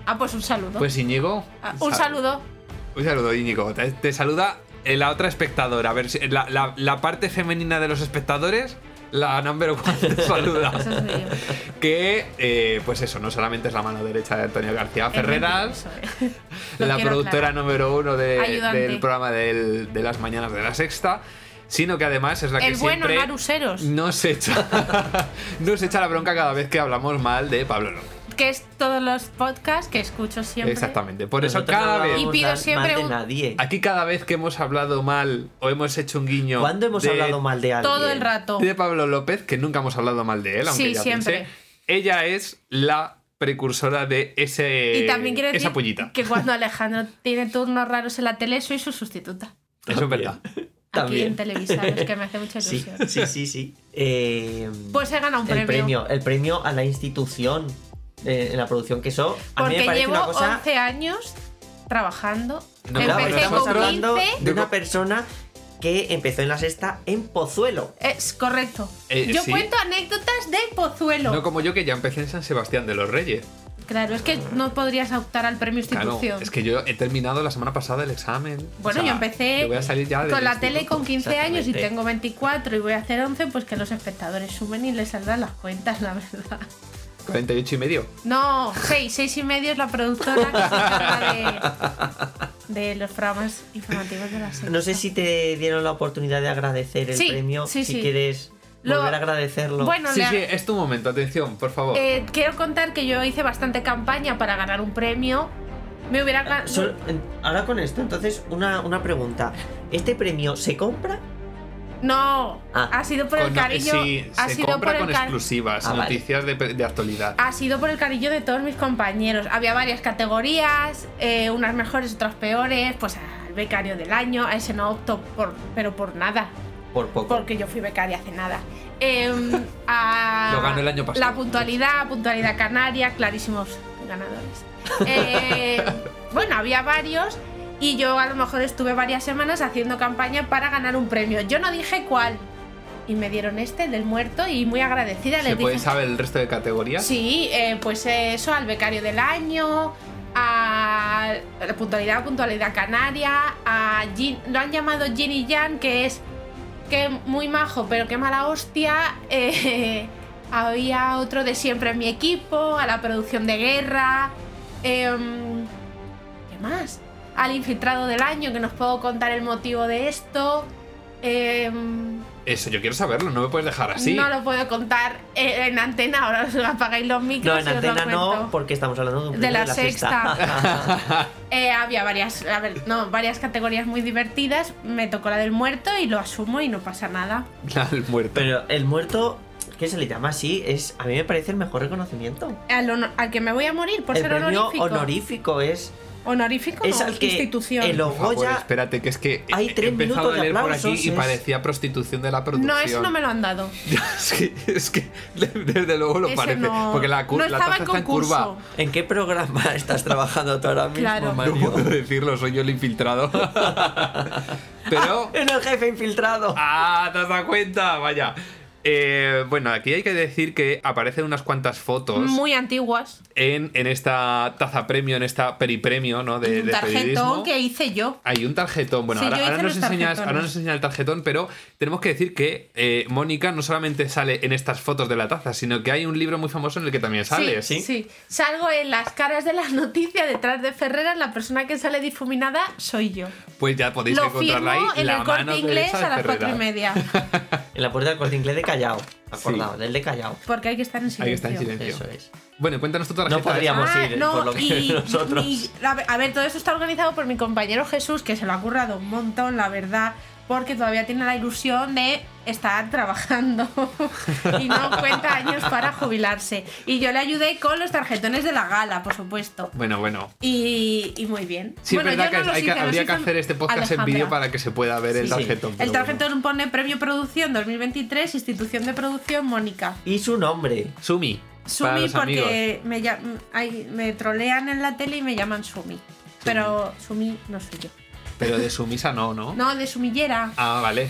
Speaker 6: Ah, pues un saludo.
Speaker 2: Pues Íñigo.
Speaker 6: Ah, un
Speaker 2: sa-
Speaker 6: saludo.
Speaker 2: Un saludo, Íñigo. Te, te saluda eh, la otra espectadora. A ver, si- la, la- la parte femenina de los espectadores, la number one, te saluda. que, eh, pues eso, no solamente es la mano derecha de Antonio García Ferreras,
Speaker 3: Lo
Speaker 2: la
Speaker 3: quiero
Speaker 2: productora
Speaker 3: aclarar.
Speaker 2: número uno de-
Speaker 6: Ayudante.
Speaker 2: del programa del- de las mañanas de la sexta, sino que además es la que
Speaker 6: El bueno,
Speaker 2: siempre
Speaker 6: Naruseros.
Speaker 2: nos echa, nos echa la bronca cada vez que hablamos mal de Pablo López.
Speaker 6: que es todos los podcasts que escucho siempre.
Speaker 18: Exactamente. Por eso
Speaker 3: Nosotros no
Speaker 18: cada vez.
Speaker 3: hablamos Y pido mal- siempre mal de un- nadie.
Speaker 18: Aquí cada vez que hemos hablado mal o hemos hecho un guiño. ¿Cuándo
Speaker 3: hemos hablado mal de
Speaker 6: Todo alguien? el rato.
Speaker 18: De Pablo López, que nunca hemos hablado mal de él, aunque
Speaker 6: Sí,
Speaker 18: ya
Speaker 6: siempre.
Speaker 18: pensé. Ella es la precursora de ese.
Speaker 6: Y también quiero decir
Speaker 18: esa pollita.
Speaker 6: que cuando Alejandro tiene turnos raros en la tele, soy su sustituta.
Speaker 18: Eso es verdad.
Speaker 6: Aquí en Televisados, que me hace mucha
Speaker 3: Sí,
Speaker 6: ilusión.
Speaker 3: sí, sí. sí. Eh,
Speaker 6: Pues he ganado un
Speaker 3: el
Speaker 6: premio.
Speaker 3: premio, el premio a la institución eh, en la producción, que eso a mí me
Speaker 6: Porque
Speaker 3: parece
Speaker 6: llevo
Speaker 3: una cosa
Speaker 6: 11 años trabajando.
Speaker 3: No, claro, pero
Speaker 6: Empecé
Speaker 3: estamos
Speaker 6: con
Speaker 3: hablando
Speaker 6: 15.
Speaker 3: de una persona que empezó en la sexta en Pozuelo.
Speaker 6: Es correcto.
Speaker 18: Eh,
Speaker 6: Yo
Speaker 18: sí.
Speaker 6: cuento anécdotas de Pozuelo.
Speaker 18: No como yo que ya empecé en San Sebastián de los Reyes.
Speaker 6: Claro, es que no podrías optar al premio
Speaker 18: Claro,
Speaker 6: institución.
Speaker 18: es que yo he terminado la semana pasada el examen.
Speaker 6: Bueno,
Speaker 18: O sea,
Speaker 6: yo empecé
Speaker 18: yo voy a salir ya del
Speaker 6: con la
Speaker 18: instituto.
Speaker 6: tele con 15 años y
Speaker 18: Exactamente.
Speaker 6: tengo 24 y voy a hacer 11, pues que los espectadores sumen y les saldrán las cuentas, la verdad.
Speaker 18: 48 y medio.
Speaker 6: No, 6, 6 y medio es la productora que se encarga de, de los programas informativos de la serie.
Speaker 3: No sé si te dieron la oportunidad de agradecer el
Speaker 6: Sí,
Speaker 3: premio,
Speaker 6: sí,
Speaker 3: si
Speaker 6: sí.
Speaker 3: quieres
Speaker 6: Lo-
Speaker 3: volver a agradecerlo.
Speaker 6: Bueno,
Speaker 18: sí,
Speaker 6: le-
Speaker 18: sí, es tu momento, atención, por favor.
Speaker 6: Eh, quiero contar que yo hice bastante campaña para ganar un premio. Me hubiera ganado.
Speaker 3: Solo- en- ahora con esto, entonces, una, una pregunta. ¿Este premio se compra?
Speaker 6: No,
Speaker 3: Ah.
Speaker 6: ha sido por el
Speaker 3: Con-
Speaker 6: cariño.
Speaker 18: sí,
Speaker 6: ha
Speaker 18: se
Speaker 6: sido
Speaker 18: compra
Speaker 6: por el Ah,
Speaker 18: con
Speaker 6: cari-
Speaker 18: exclusivas,
Speaker 3: Ah, vale.
Speaker 18: noticias de, de actualidad.
Speaker 6: Ha sido por el cariño de todos mis compañeros. Había varias categorías, eh, unas mejores, otras peores. Pues al becario del año, a ese no opto, por, pero por nada.
Speaker 3: Por poco.
Speaker 6: Porque yo fui becaria hace nada. Em, a-
Speaker 18: Lo ganó el año pasado.
Speaker 6: La puntualidad, puntualidad canaria, clarísimos ganadores. Eh, bueno, había varios y yo a lo mejor estuve varias semanas haciendo campaña para ganar un premio. Yo no dije cuál. Y me dieron este, el del muerto, y muy agradecida.
Speaker 18: ¿Se
Speaker 6: les
Speaker 18: puede
Speaker 6: dije-
Speaker 18: saber el resto de categorías?
Speaker 6: Sí, eh, pues eso, al becario del año, a la puntualidad, puntualidad canaria, a Jin, lo han llamado Jin y Jan, que es que muy majo, pero qué mala hostia. eh, había otro de siempre en mi equipo, a la producción de guerra. em, ¿Qué más? Al infiltrado del año, que nos puedo contar el motivo de esto. em,
Speaker 18: Eso, yo quiero saberlo, no me puedes dejar así.
Speaker 6: no lo puedo contar eh, en antena, ahora os apagáis los micros.
Speaker 3: No, en
Speaker 6: y os lo
Speaker 3: antena no,
Speaker 6: cuento.
Speaker 3: porque estamos hablando de un
Speaker 6: De
Speaker 3: premio
Speaker 6: la sexta. Eh, había varias, a ver, no, varias categorías muy divertidas. Me tocó la del muerto y lo asumo y no pasa nada.
Speaker 18: el muerto.
Speaker 3: Pero el muerto, ¿qué se le llama así? Es, a mí me parece el mejor reconocimiento.
Speaker 6: Al, honor- al que me voy a morir por
Speaker 3: el
Speaker 6: ser
Speaker 3: premio
Speaker 6: honorífico.
Speaker 3: honorífico es.
Speaker 6: Honorífico
Speaker 3: Es
Speaker 6: no,
Speaker 3: al que
Speaker 6: institución.
Speaker 3: el
Speaker 18: Por favor, este-
Speaker 3: Goya-
Speaker 18: espérate, que es que he-
Speaker 3: Hay tres
Speaker 18: he empezado
Speaker 3: minutos
Speaker 18: a
Speaker 3: de
Speaker 18: leer por aquí
Speaker 3: aplausos,
Speaker 18: y
Speaker 3: es-
Speaker 18: parecía prostitución de la producción.
Speaker 6: No, eso no me lo han dado.
Speaker 18: es, que, es que desde luego lo
Speaker 6: Ese
Speaker 18: parece.
Speaker 6: no-
Speaker 18: Porque la, cur-
Speaker 6: no
Speaker 18: la
Speaker 6: estaba
Speaker 18: taza
Speaker 6: en
Speaker 18: está en
Speaker 6: concurso.
Speaker 18: curva.
Speaker 3: ¿En qué programa estás trabajando tú ahora mismo,
Speaker 6: Claro.
Speaker 18: No
Speaker 3: Mario?
Speaker 18: puedo decirlo, soy yo el infiltrado. Pero.
Speaker 3: ¡Es el jefe infiltrado!
Speaker 18: ¡Ah! ¿Te has dado cuenta? Vaya. Eh, bueno, aquí hay que decir que aparecen unas cuantas fotos
Speaker 6: Muy antiguas.
Speaker 18: en, en esta taza premio, en esta peripremio, ¿no? De,
Speaker 6: Un
Speaker 18: de periodismo.
Speaker 6: tarjetón que hice yo.
Speaker 18: Hay un tarjetón. Bueno,
Speaker 6: Sí,
Speaker 18: ahora,
Speaker 6: yo hice
Speaker 18: ahora nos
Speaker 6: los
Speaker 18: enseñas,
Speaker 6: tarjetones.
Speaker 18: ahora nos enseña el tarjetón, pero tenemos que decir que eh, Mónica no solamente sale en estas fotos de la taza, sino que hay un libro muy famoso en el que también sale.
Speaker 6: sí, sí. Salgo en las caras de las noticias detrás de Ferreras, la persona que sale difuminada soy yo.
Speaker 18: Pues ya podéis
Speaker 6: Lo firmo
Speaker 18: encontrarla ahí.
Speaker 6: en
Speaker 18: la
Speaker 6: el corte
Speaker 18: mano
Speaker 6: inglés
Speaker 18: derecha de
Speaker 6: a las cuatro y
Speaker 18: Ferreras.
Speaker 6: media.
Speaker 3: En la puerta del corte inglés de Callao. Acordado, del de Callao.
Speaker 6: Porque hay que estar en silencio.
Speaker 18: Ahí está en silencio.
Speaker 3: Eso es.
Speaker 18: Bueno, cuéntanos tu tarjeta.
Speaker 3: No podríamos
Speaker 6: Ah,
Speaker 3: ir,
Speaker 6: no,
Speaker 3: por lo que
Speaker 6: y-
Speaker 3: nosotros.
Speaker 6: y- a ver- a ver, todo esto está organizado por mi compañero Jesús, que se lo ha currado un montón, la verdad, porque todavía tiene la ilusión de estar trabajando y no cuenta años para jubilarse. Y yo le ayudé con los tarjetones de la gala, por supuesto.
Speaker 18: Bueno, bueno.
Speaker 6: Y, y muy bien.
Speaker 18: Sí,
Speaker 6: Bueno,
Speaker 18: es
Speaker 6: yo
Speaker 18: verdad que,
Speaker 6: no los
Speaker 18: hay que-
Speaker 6: hice, los
Speaker 18: habría que
Speaker 6: hizo
Speaker 18: hacer este podcast
Speaker 6: Alejandra.
Speaker 18: en vídeo para que se pueda ver el
Speaker 3: Sí, sí.
Speaker 18: tarjetón. pero
Speaker 6: El
Speaker 18: bueno.
Speaker 6: tarjetón pone Premio Producción 2023, Institución de Producción Mónica.
Speaker 3: Y su nombre.
Speaker 18: Sumi. para
Speaker 6: Sumi
Speaker 18: los amigos.
Speaker 6: porque me, llam- ay, me trolean en la tele y me llaman Sumi. Pero Sumi no soy yo.
Speaker 18: Pero de sumisa no, ¿no?
Speaker 6: No, de sumillera.
Speaker 18: Ah, vale.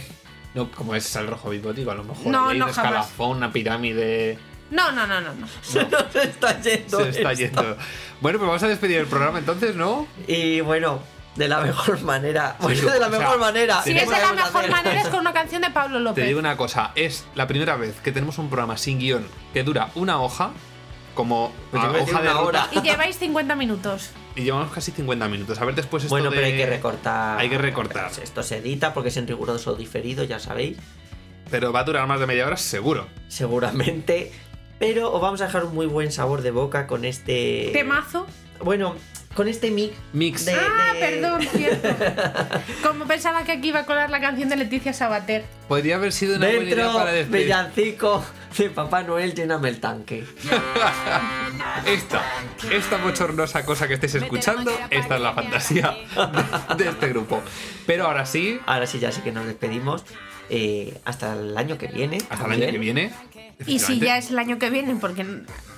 Speaker 18: No, como es el rojo bigótico, a lo mejor
Speaker 6: No,
Speaker 18: hay
Speaker 6: no,
Speaker 18: un
Speaker 6: jamás.
Speaker 18: escalafón, una pirámide.
Speaker 6: No, no, no, no. no.
Speaker 3: Se nos está yendo.
Speaker 18: Se está
Speaker 3: esto.
Speaker 18: yendo. Bueno, pues vamos a despedir el programa entonces, ¿no?
Speaker 3: Y bueno, de la mejor manera.
Speaker 18: Sí,
Speaker 3: Bueno, de la
Speaker 18: o sea,
Speaker 3: mejor manera.
Speaker 18: sí,
Speaker 6: Si es de la
Speaker 3: podemos
Speaker 6: mejor
Speaker 3: hacer?
Speaker 6: manera es con una canción de Pablo López.
Speaker 18: Te digo una cosa, es la primera vez que tenemos un programa sin guión que dura una hoja, como
Speaker 3: Pues yo
Speaker 18: ah,
Speaker 3: iba a decir
Speaker 18: hoja de
Speaker 3: una
Speaker 18: ruta,
Speaker 3: hora.
Speaker 6: Y lleváis 50 minutos.
Speaker 18: y llevamos casi 50 minutos. A ver después esto
Speaker 3: Bueno, pero
Speaker 18: de-
Speaker 3: hay que recortar. Pues
Speaker 18: Hay que recortar.
Speaker 3: Esto se edita porque es en riguroso diferido, ya sabéis.
Speaker 18: Pero va a durar más de media hora seguro.
Speaker 3: Seguramente. Pero os vamos a dejar un muy buen sabor de boca con
Speaker 18: Eh,
Speaker 3: este.
Speaker 6: Temazo.
Speaker 3: Bueno, con este mix.
Speaker 18: Mix.
Speaker 3: De,
Speaker 6: Ah,
Speaker 18: eh.
Speaker 3: de-
Speaker 6: perdón, cierto. Como pensaba que aquí iba a colar la canción de Leticia Sabater.
Speaker 18: Podría haber sido una buena idea
Speaker 3: Dentro,
Speaker 18: para despedir.
Speaker 3: villancico de Papá Noel, lléname el tanque.
Speaker 18: Esta, esta bochornosa cosa que estéis escuchando, esta es la fantasía de, de este grupo. Pero ahora sí.
Speaker 3: Ahora sí, ya sí que nos despedimos. eh, hasta el año que viene. Hasta
Speaker 18: el año que viene.
Speaker 6: Y si ya es el año que viene, porque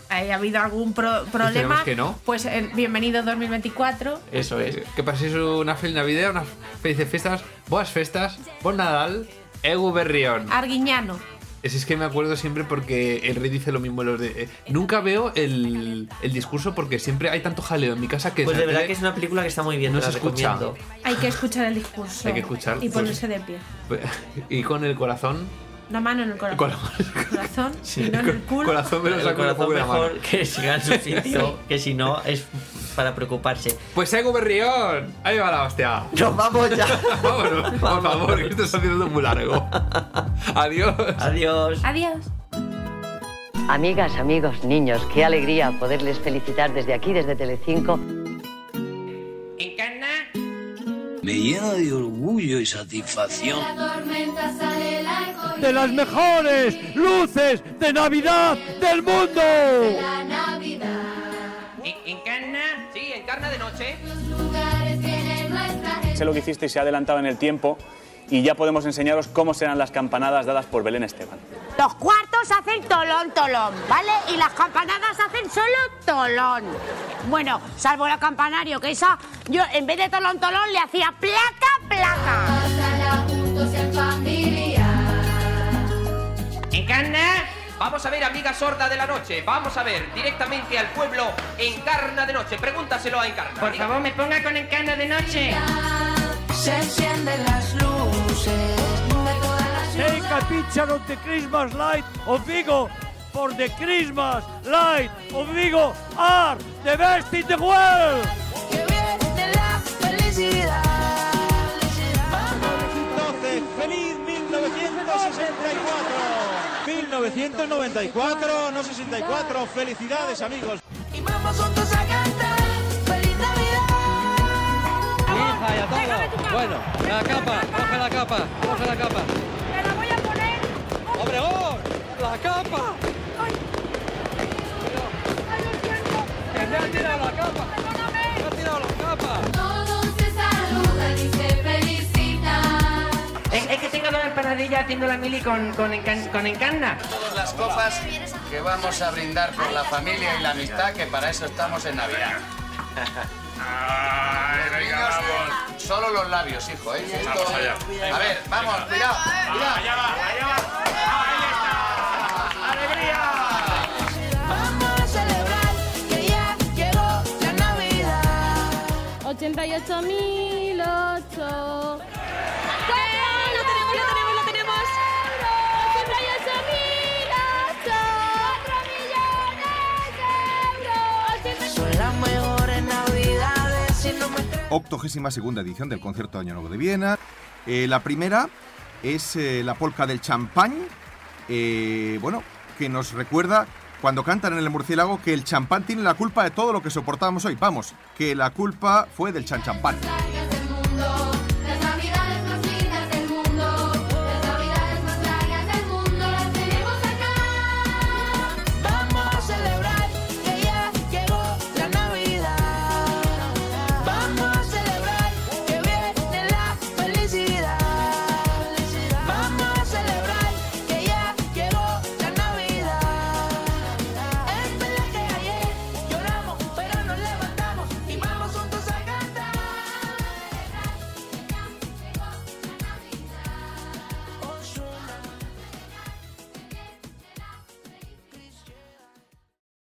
Speaker 6: ha habido algún pro- problema,
Speaker 18: que no.
Speaker 6: pues eh, bienvenido 2024.
Speaker 3: Eso es.
Speaker 18: Que paséis una feliz Navidad, unas felices fiestas, buenas festas, buen Nadal, Egu Berrión.
Speaker 6: Ah. Arguiñano.
Speaker 18: Es, es que me acuerdo siempre porque el rey dice lo mismo. en Los de, eh, nunca veo el, el discurso porque siempre hay tanto jaleo en mi casa que.
Speaker 3: Pues de
Speaker 18: la
Speaker 3: verdad
Speaker 18: tele
Speaker 3: que es una película que está muy bien,
Speaker 18: No
Speaker 3: te la
Speaker 18: se escucha.
Speaker 3: recomiendo.
Speaker 6: Hay que escuchar el discurso.
Speaker 18: Hay que escuchar,
Speaker 6: Y
Speaker 18: pues.
Speaker 6: ponerse de pie.
Speaker 18: Y con el corazón.
Speaker 6: La mano en el corazón.
Speaker 18: Con la
Speaker 6: corazón.
Speaker 18: Sí.
Speaker 6: y no en el culo.
Speaker 18: Corazón me lo
Speaker 3: El
Speaker 18: saco
Speaker 3: corazón
Speaker 18: de la mano.
Speaker 3: mejor que siga en su sitio, que si no es para preocuparse.
Speaker 18: Pues Egu Berrión, ahí va la hostia.
Speaker 3: Nos vamos ya.
Speaker 18: Vámonos, por favor, que esto está haciendo muy largo. Adiós.
Speaker 3: Adiós.
Speaker 6: Adiós.
Speaker 11: Amigas, amigos, niños, qué alegría poderles felicitar desde aquí, desde Telecinco.
Speaker 2: Me llena de orgullo y satisfacción.
Speaker 19: tormenta sale el arco
Speaker 2: De las mejores luces de Navidad del mundo.
Speaker 19: Navidad. ¿Encarna? Sí, encarna de noche. Los lugares tienen nuestra
Speaker 7: Sé lo que hiciste y se ha adelantado en el tiempo y ya podemos enseñaros cómo serán las campanadas dadas por Belén Esteban.
Speaker 20: Los cuartos hacen tolón, tolón, ¿vale? Y las campanadas hacen solo tolón. Bueno, salvo la campanario, que esa, yo en vez de tolón, tolón, le hacía placa, placa.
Speaker 19: juntos en familia. ¿Encarna? Vamos a ver, amiga sorda de la noche. Vamos a ver directamente al pueblo Encarna de noche. Pregúntaselo a Encarna. Por favor, me ponga con Encarna de noche.
Speaker 9: Se encienden las luces.
Speaker 2: Take a picture of the Christmas light of Vigo for the Christmas light of Vigo are the best in the world.
Speaker 21: ¡Feliz 1964! 1994, no 64. ¡Felicidades, amigos!
Speaker 19: Y vamos juntos a cantar. ¡Feliz Navidad!
Speaker 2: Bueno, la capa, coge la capa, coge la capa. ¡Hombre, oh! ¡La capa! ¡Que me han tirado la capa! ¡Me han tirado la capa!
Speaker 19: Todos se saludan y se felicitan.
Speaker 22: Es que tengo dos empanadillas haciendo la mili con, con, encan- con encarna.
Speaker 2: Todas las copas que vamos a brindar por la familia y la amistad, que para eso estamos en Navidad. Solo los labios, hijo, ¿eh? Esto-
Speaker 23: Vamos allá.
Speaker 2: A ver, vamos, cuidado, cuidado.
Speaker 23: Allá va, allá va.
Speaker 19: Vamos a celebrar que ya llegó la Navidad.
Speaker 24: 88.008.
Speaker 19: ¡Lo tenemos, lo tenemos, lo tenemos!
Speaker 9: Son las mejores Navidades si no me
Speaker 25: octogésima segunda edición del concierto de Año Nuevo de Viena. Eh, la primera es eh, la polca del champán, eh, bueno, que nos recuerda cuando cantan en el murciélago que el champán tiene la culpa de todo lo que soportamos hoy. Vamos, que la culpa fue del chan champán.
Speaker 9: Este